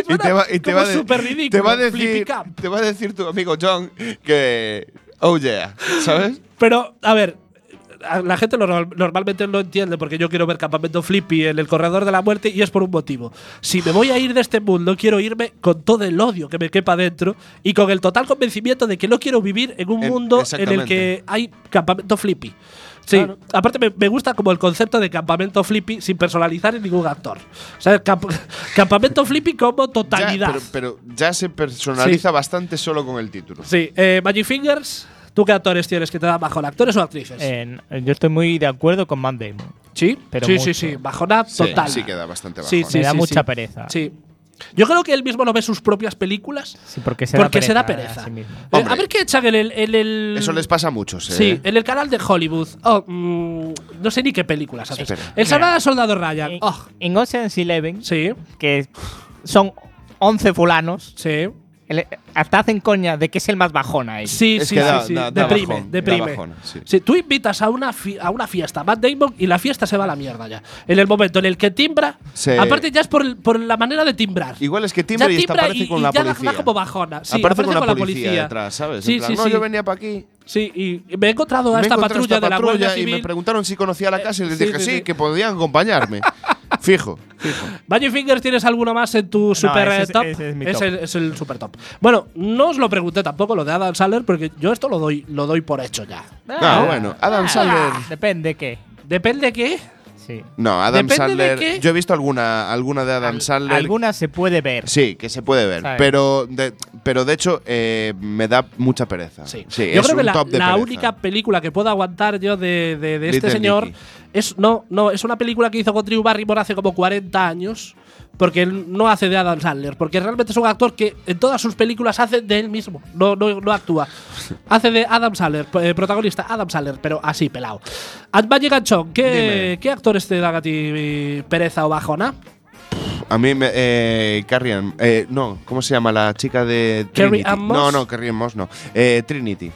Speaker 4: y
Speaker 3: Suena
Speaker 4: te va, y te
Speaker 3: como
Speaker 4: va de-
Speaker 3: súper ridículo,
Speaker 4: te va a
Speaker 3: Flippy
Speaker 4: decir,
Speaker 3: Camp.
Speaker 4: te va a decir tu amigo John que oh yeah, ¿sabes?
Speaker 3: Pero, a ver, a- la gente lo nor- normalmente no entiende porque yo quiero ver Campamento Flippy en el Corredor de la Muerte y es por un motivo. Si me voy a ir de este mundo, quiero irme con todo el odio que me quepa dentro y con el total convencimiento de que no quiero vivir en un
Speaker 4: En-
Speaker 3: mundo en el que
Speaker 4: exactamente.
Speaker 3: hay Campamento Flippy. Sí, aparte me, me gusta como el concepto de campamento flippy sin personalizar en ningún actor. O sea, camp- campamento flippy como totalidad.
Speaker 4: Ya, pero, pero ya se personaliza bastante solo con el título.
Speaker 3: sí, eh, Magic Fingers, ¿tú qué actores tienes que te dan bajón? ¿Actores o actrices?
Speaker 1: En- yo estoy muy de acuerdo con Matt Damon.
Speaker 3: Sí,
Speaker 1: Pero
Speaker 3: sí,
Speaker 1: mucho.
Speaker 3: sí, sí, bajona
Speaker 4: Sí,
Speaker 3: total.
Speaker 4: sí queda bastante
Speaker 3: Sí,
Speaker 4: bajón.
Speaker 1: Me da
Speaker 3: sí,
Speaker 1: mucha
Speaker 3: sí.
Speaker 1: pereza.
Speaker 3: Sí. Yo creo que él mismo no ve sus propias películas
Speaker 1: Sí, porque se
Speaker 3: porque
Speaker 1: da pereza.
Speaker 3: se da
Speaker 1: a
Speaker 3: pereza.
Speaker 1: sí mismo.
Speaker 3: Eh,
Speaker 4: Hombre.
Speaker 3: a ver qué echan en el, en el-
Speaker 4: Eso les pasa a muchos, ¿eh?
Speaker 3: Sí, en el canal de Hollywood. Oh, mm, no sé ni qué películas haces.
Speaker 4: Espera.
Speaker 3: El Salvador Soldado Ryan.
Speaker 1: En-
Speaker 3: Oh,
Speaker 1: En Ocean's Eleven,
Speaker 3: sí,
Speaker 1: que son 11 fulanos,
Speaker 3: sí.
Speaker 1: el- hasta hacen coña de que es el más bajón ahí.
Speaker 3: Sí,
Speaker 4: Es
Speaker 3: sí,
Speaker 4: que
Speaker 3: sí,
Speaker 4: da-
Speaker 3: sí.
Speaker 4: da- da
Speaker 3: deprime,
Speaker 4: bajón, da
Speaker 3: deprime.
Speaker 4: bajón, sí.
Speaker 3: Sí, tú invitas a una, fi- a una fiesta a Matt Damon y la fiesta se va a la mierda ya. En el momento en el que timbra,
Speaker 4: Se-
Speaker 3: aparte ya es por, el- por la manera de timbrar.
Speaker 4: Igual es que timbra
Speaker 3: Ya
Speaker 4: y hasta
Speaker 3: timbra
Speaker 4: aparece
Speaker 3: y-
Speaker 4: con
Speaker 3: y
Speaker 4: la
Speaker 3: ya da-
Speaker 4: policía.
Speaker 3: da como bajona. Sí,
Speaker 4: aparece, con, la
Speaker 3: policía.
Speaker 4: policía, detrás, ¿sabes?
Speaker 3: Sí,
Speaker 4: En plan,
Speaker 3: sí,
Speaker 4: no,
Speaker 3: sí.
Speaker 4: yo venía para aquí.
Speaker 3: Sí, y me he encontrado a
Speaker 4: me
Speaker 3: esta
Speaker 4: encontré
Speaker 3: patrulla
Speaker 4: esta
Speaker 3: de la
Speaker 4: patrulla
Speaker 3: Guardia
Speaker 4: y me
Speaker 3: Civil. Eh,
Speaker 4: preguntaron si conocía la casa y les
Speaker 3: sí,
Speaker 4: dije
Speaker 3: sí,
Speaker 4: sí,
Speaker 3: sí.
Speaker 4: que podían acompañarme. Fijo.
Speaker 3: Magic Fingers, ¿tienes alguno más en tu super
Speaker 1: ese
Speaker 3: eh,
Speaker 1: es-
Speaker 3: top?
Speaker 1: ese es mi top.
Speaker 3: el, es el super top. Bueno, no os lo pregunté tampoco lo de Adam Sandler, porque yo esto lo doy, lo doy por hecho ya.
Speaker 4: Ah, bueno, Adam Sandler.
Speaker 1: Ah, Depende qué.
Speaker 3: Depende qué.
Speaker 1: Sí.
Speaker 4: No, Adam
Speaker 3: Depende de
Speaker 4: Sandler.
Speaker 3: qué-
Speaker 4: Yo he visto alguna, alguna de Adam Sandler.
Speaker 1: Algunas se puede ver.
Speaker 4: Sí, que se puede ver.
Speaker 1: ¿Sabes?
Speaker 4: Pero de, pero de hecho, eh, me da mucha pereza.
Speaker 3: Sí.
Speaker 4: sí
Speaker 3: yo
Speaker 4: es
Speaker 3: creo que
Speaker 4: un
Speaker 3: la,
Speaker 4: top de
Speaker 3: la
Speaker 4: pereza.
Speaker 3: única película que puedo aguantar yo de, de- de este
Speaker 4: Little
Speaker 3: señor
Speaker 4: Nicky.
Speaker 3: es no, no, es una película que hizo con Drew Barrymore hace como 40 años, porque él no hace de Adam Sandler, porque realmente es un actor que en todas sus películas hace de él mismo, no, no, no actúa. Hace de Adam Sandler, eh, protagonista Adam Sandler, pero así, pelado. Magic Ganchón, ¿qué, ¿qué actores te dan a ti eh, pereza o bajona?
Speaker 4: A mí me. Eh, Carrie Ann- eh, no, ¿cómo se llama? La chica de.
Speaker 3: Carrie
Speaker 4: Trinity.
Speaker 3: Ann Moss?
Speaker 4: No, no, Carrie Ann Moss no. Eh, Trinity.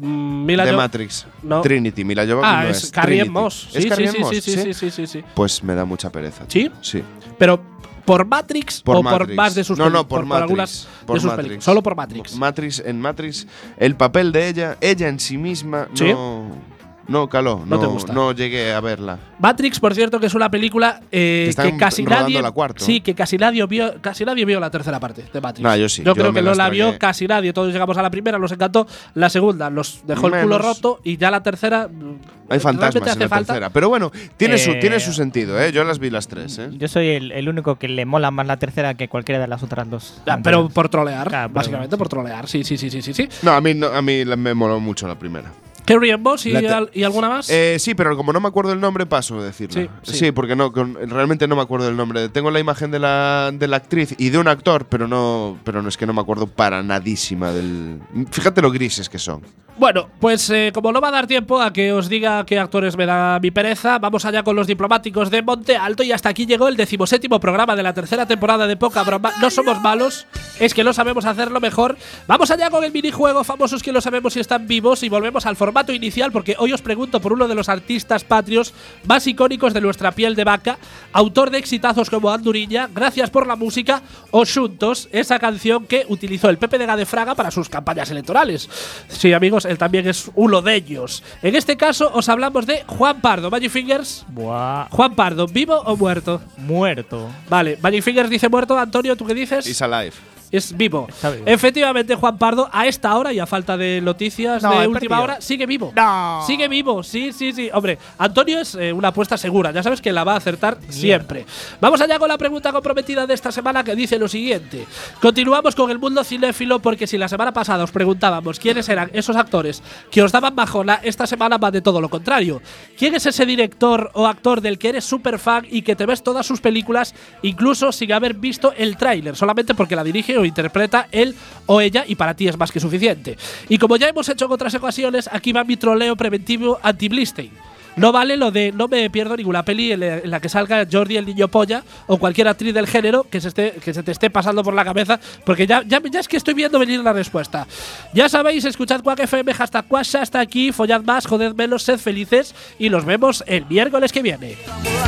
Speaker 3: Mm, Mila
Speaker 4: de
Speaker 3: Jo-
Speaker 4: Matrix.
Speaker 3: no.
Speaker 4: Trinity. Mila Jovovich
Speaker 3: Ah,
Speaker 4: no
Speaker 3: es Carrie Ann
Speaker 4: Trinity.
Speaker 3: Moss.
Speaker 4: ¿Es
Speaker 3: Sí,
Speaker 4: Carrie
Speaker 3: sí,
Speaker 4: Ann
Speaker 3: sí,
Speaker 4: Moss?
Speaker 3: sí, sí, sí, sí, sí.
Speaker 4: Pues me da mucha pereza.
Speaker 3: ¿Sí?
Speaker 4: Sí.
Speaker 3: Pero por Matrix
Speaker 4: Por
Speaker 3: o por
Speaker 4: Matrix.
Speaker 3: más de sus
Speaker 4: No, no,
Speaker 3: peli-
Speaker 4: por, Matrix.
Speaker 3: algunas
Speaker 4: Por
Speaker 3: de sus
Speaker 4: Matrix.
Speaker 3: películas. Solo por Matrix.
Speaker 4: Matrix. En Matrix, el papel de ella, ella en sí misma,
Speaker 3: ¿Sí?
Speaker 4: no. No caló,
Speaker 3: No
Speaker 4: no,
Speaker 3: te gusta.
Speaker 4: no llegué a verla.
Speaker 3: Matrix, por cierto, que es una película eh,
Speaker 4: Que están
Speaker 3: que casi
Speaker 4: rodando
Speaker 3: nadie,
Speaker 4: la cuarta, ¿no?
Speaker 3: sí, que casi nadie vio, casi nadie vio la tercera parte de Matrix.
Speaker 4: No, yo sí, yo
Speaker 3: creo que
Speaker 4: me
Speaker 3: no
Speaker 4: las
Speaker 3: la
Speaker 4: tragué.
Speaker 3: vio casi nadie. Todos llegamos a la primera, nos encantó. La segunda nos dejó el culo
Speaker 4: Menos.
Speaker 3: roto y ya la tercera. mm,
Speaker 4: Hay
Speaker 3: realmente
Speaker 4: fantasmas en
Speaker 3: hace
Speaker 4: la
Speaker 3: falta.
Speaker 4: tercera. Pero bueno, tiene, su,
Speaker 1: Eh,
Speaker 4: tiene su sentido, ¿eh? Yo las vi las tres, ¿eh?
Speaker 1: Yo soy el, el único que le mola más la tercera que cualquiera de las otras dos.
Speaker 3: Ah, Pero por trolear,
Speaker 1: Claro, pero-
Speaker 3: básicamente por trolear. Sí, sí, sí, sí, sí. sí.
Speaker 4: No, a mí, no- a mí la- me moló mucho la primera.
Speaker 3: Carrie and Boss y,
Speaker 4: La te-
Speaker 3: al- y alguna más.
Speaker 4: Eh, sí, pero como no me acuerdo el nombre, paso de decirlo.
Speaker 3: Sí,
Speaker 4: Sí,
Speaker 3: sí.
Speaker 4: porque no, con- realmente no me acuerdo el nombre. Tengo la imagen de la, de la actriz y de un actor, pero no, pero no es que no me acuerdo para nadísima del. Fíjate lo grises que son.
Speaker 3: Bueno, pues eh, como no va a dar tiempo a que os diga qué actores me da mi pereza, vamos allá con los diplomáticos de Monte Alto y hasta aquí llegó el decimoséptimo programa de la tercera temporada de Poca Broma. No somos malos, es que no sabemos hacerlo mejor. Vamos allá con el minijuego, famosos que lo sabemos si están vivos y volvemos al formato inicial porque hoy os pregunto por uno de los artistas patrios más icónicos de nuestra piel de vaca, autor de exitazos como Anduriña, Gracias por la música o Xuntos, esa canción que utilizó el Pepe de Gadefraga para sus campañas electorales. Sí, amigos, él también es uno de ellos. En este caso os hablamos de Juan Pardo, Magic Fingers.
Speaker 1: Buah,
Speaker 3: Juan Pardo, ¿vivo o muerto?
Speaker 1: muerto.
Speaker 3: Vale, Magic Fingers dice muerto, Antonio, ¿tú qué dices?
Speaker 4: Is alive.
Speaker 3: Es vivo.
Speaker 1: Está vivo.
Speaker 3: Efectivamente, Juan Pardo, a esta hora y a falta de noticias
Speaker 1: No,
Speaker 3: de
Speaker 1: he
Speaker 3: última
Speaker 1: perdido.
Speaker 3: hora, sigue vivo.
Speaker 1: No.
Speaker 3: Sigue vivo, sí, sí, sí. Hombre, Antonio es eh, una apuesta segura, ya sabes que la va a acertar siempre. Vamos allá con la pregunta comprometida de esta semana que dice lo siguiente. Continuamos con el mundo cinéfilo porque si la semana pasada os preguntábamos quiénes eran esos actores que os daban bajona, esta semana va de todo lo contrario. ¿Quién es ese director o actor del que eres súper fan y que te ves todas sus películas incluso sin haber visto el tráiler, solamente porque la dirige o interpreta él o ella y para ti es más que suficiente? Y como ya hemos hecho en otras ocasiones, aquí va mi troleo preventivo anti-Blistein. No vale lo de no me pierdo ninguna peli en la- en la que salga Jordi el niño polla o cualquier actriz del género que se, esté, que se te esté pasando por la cabeza, porque ya, ya, ya es que estoy viendo venir la respuesta. Ya sabéis, escuchad Quack FM, hashtag Quasha, hasta aquí, follad más, joded menos, sed felices y nos vemos el miércoles que viene.
Speaker 5: Right.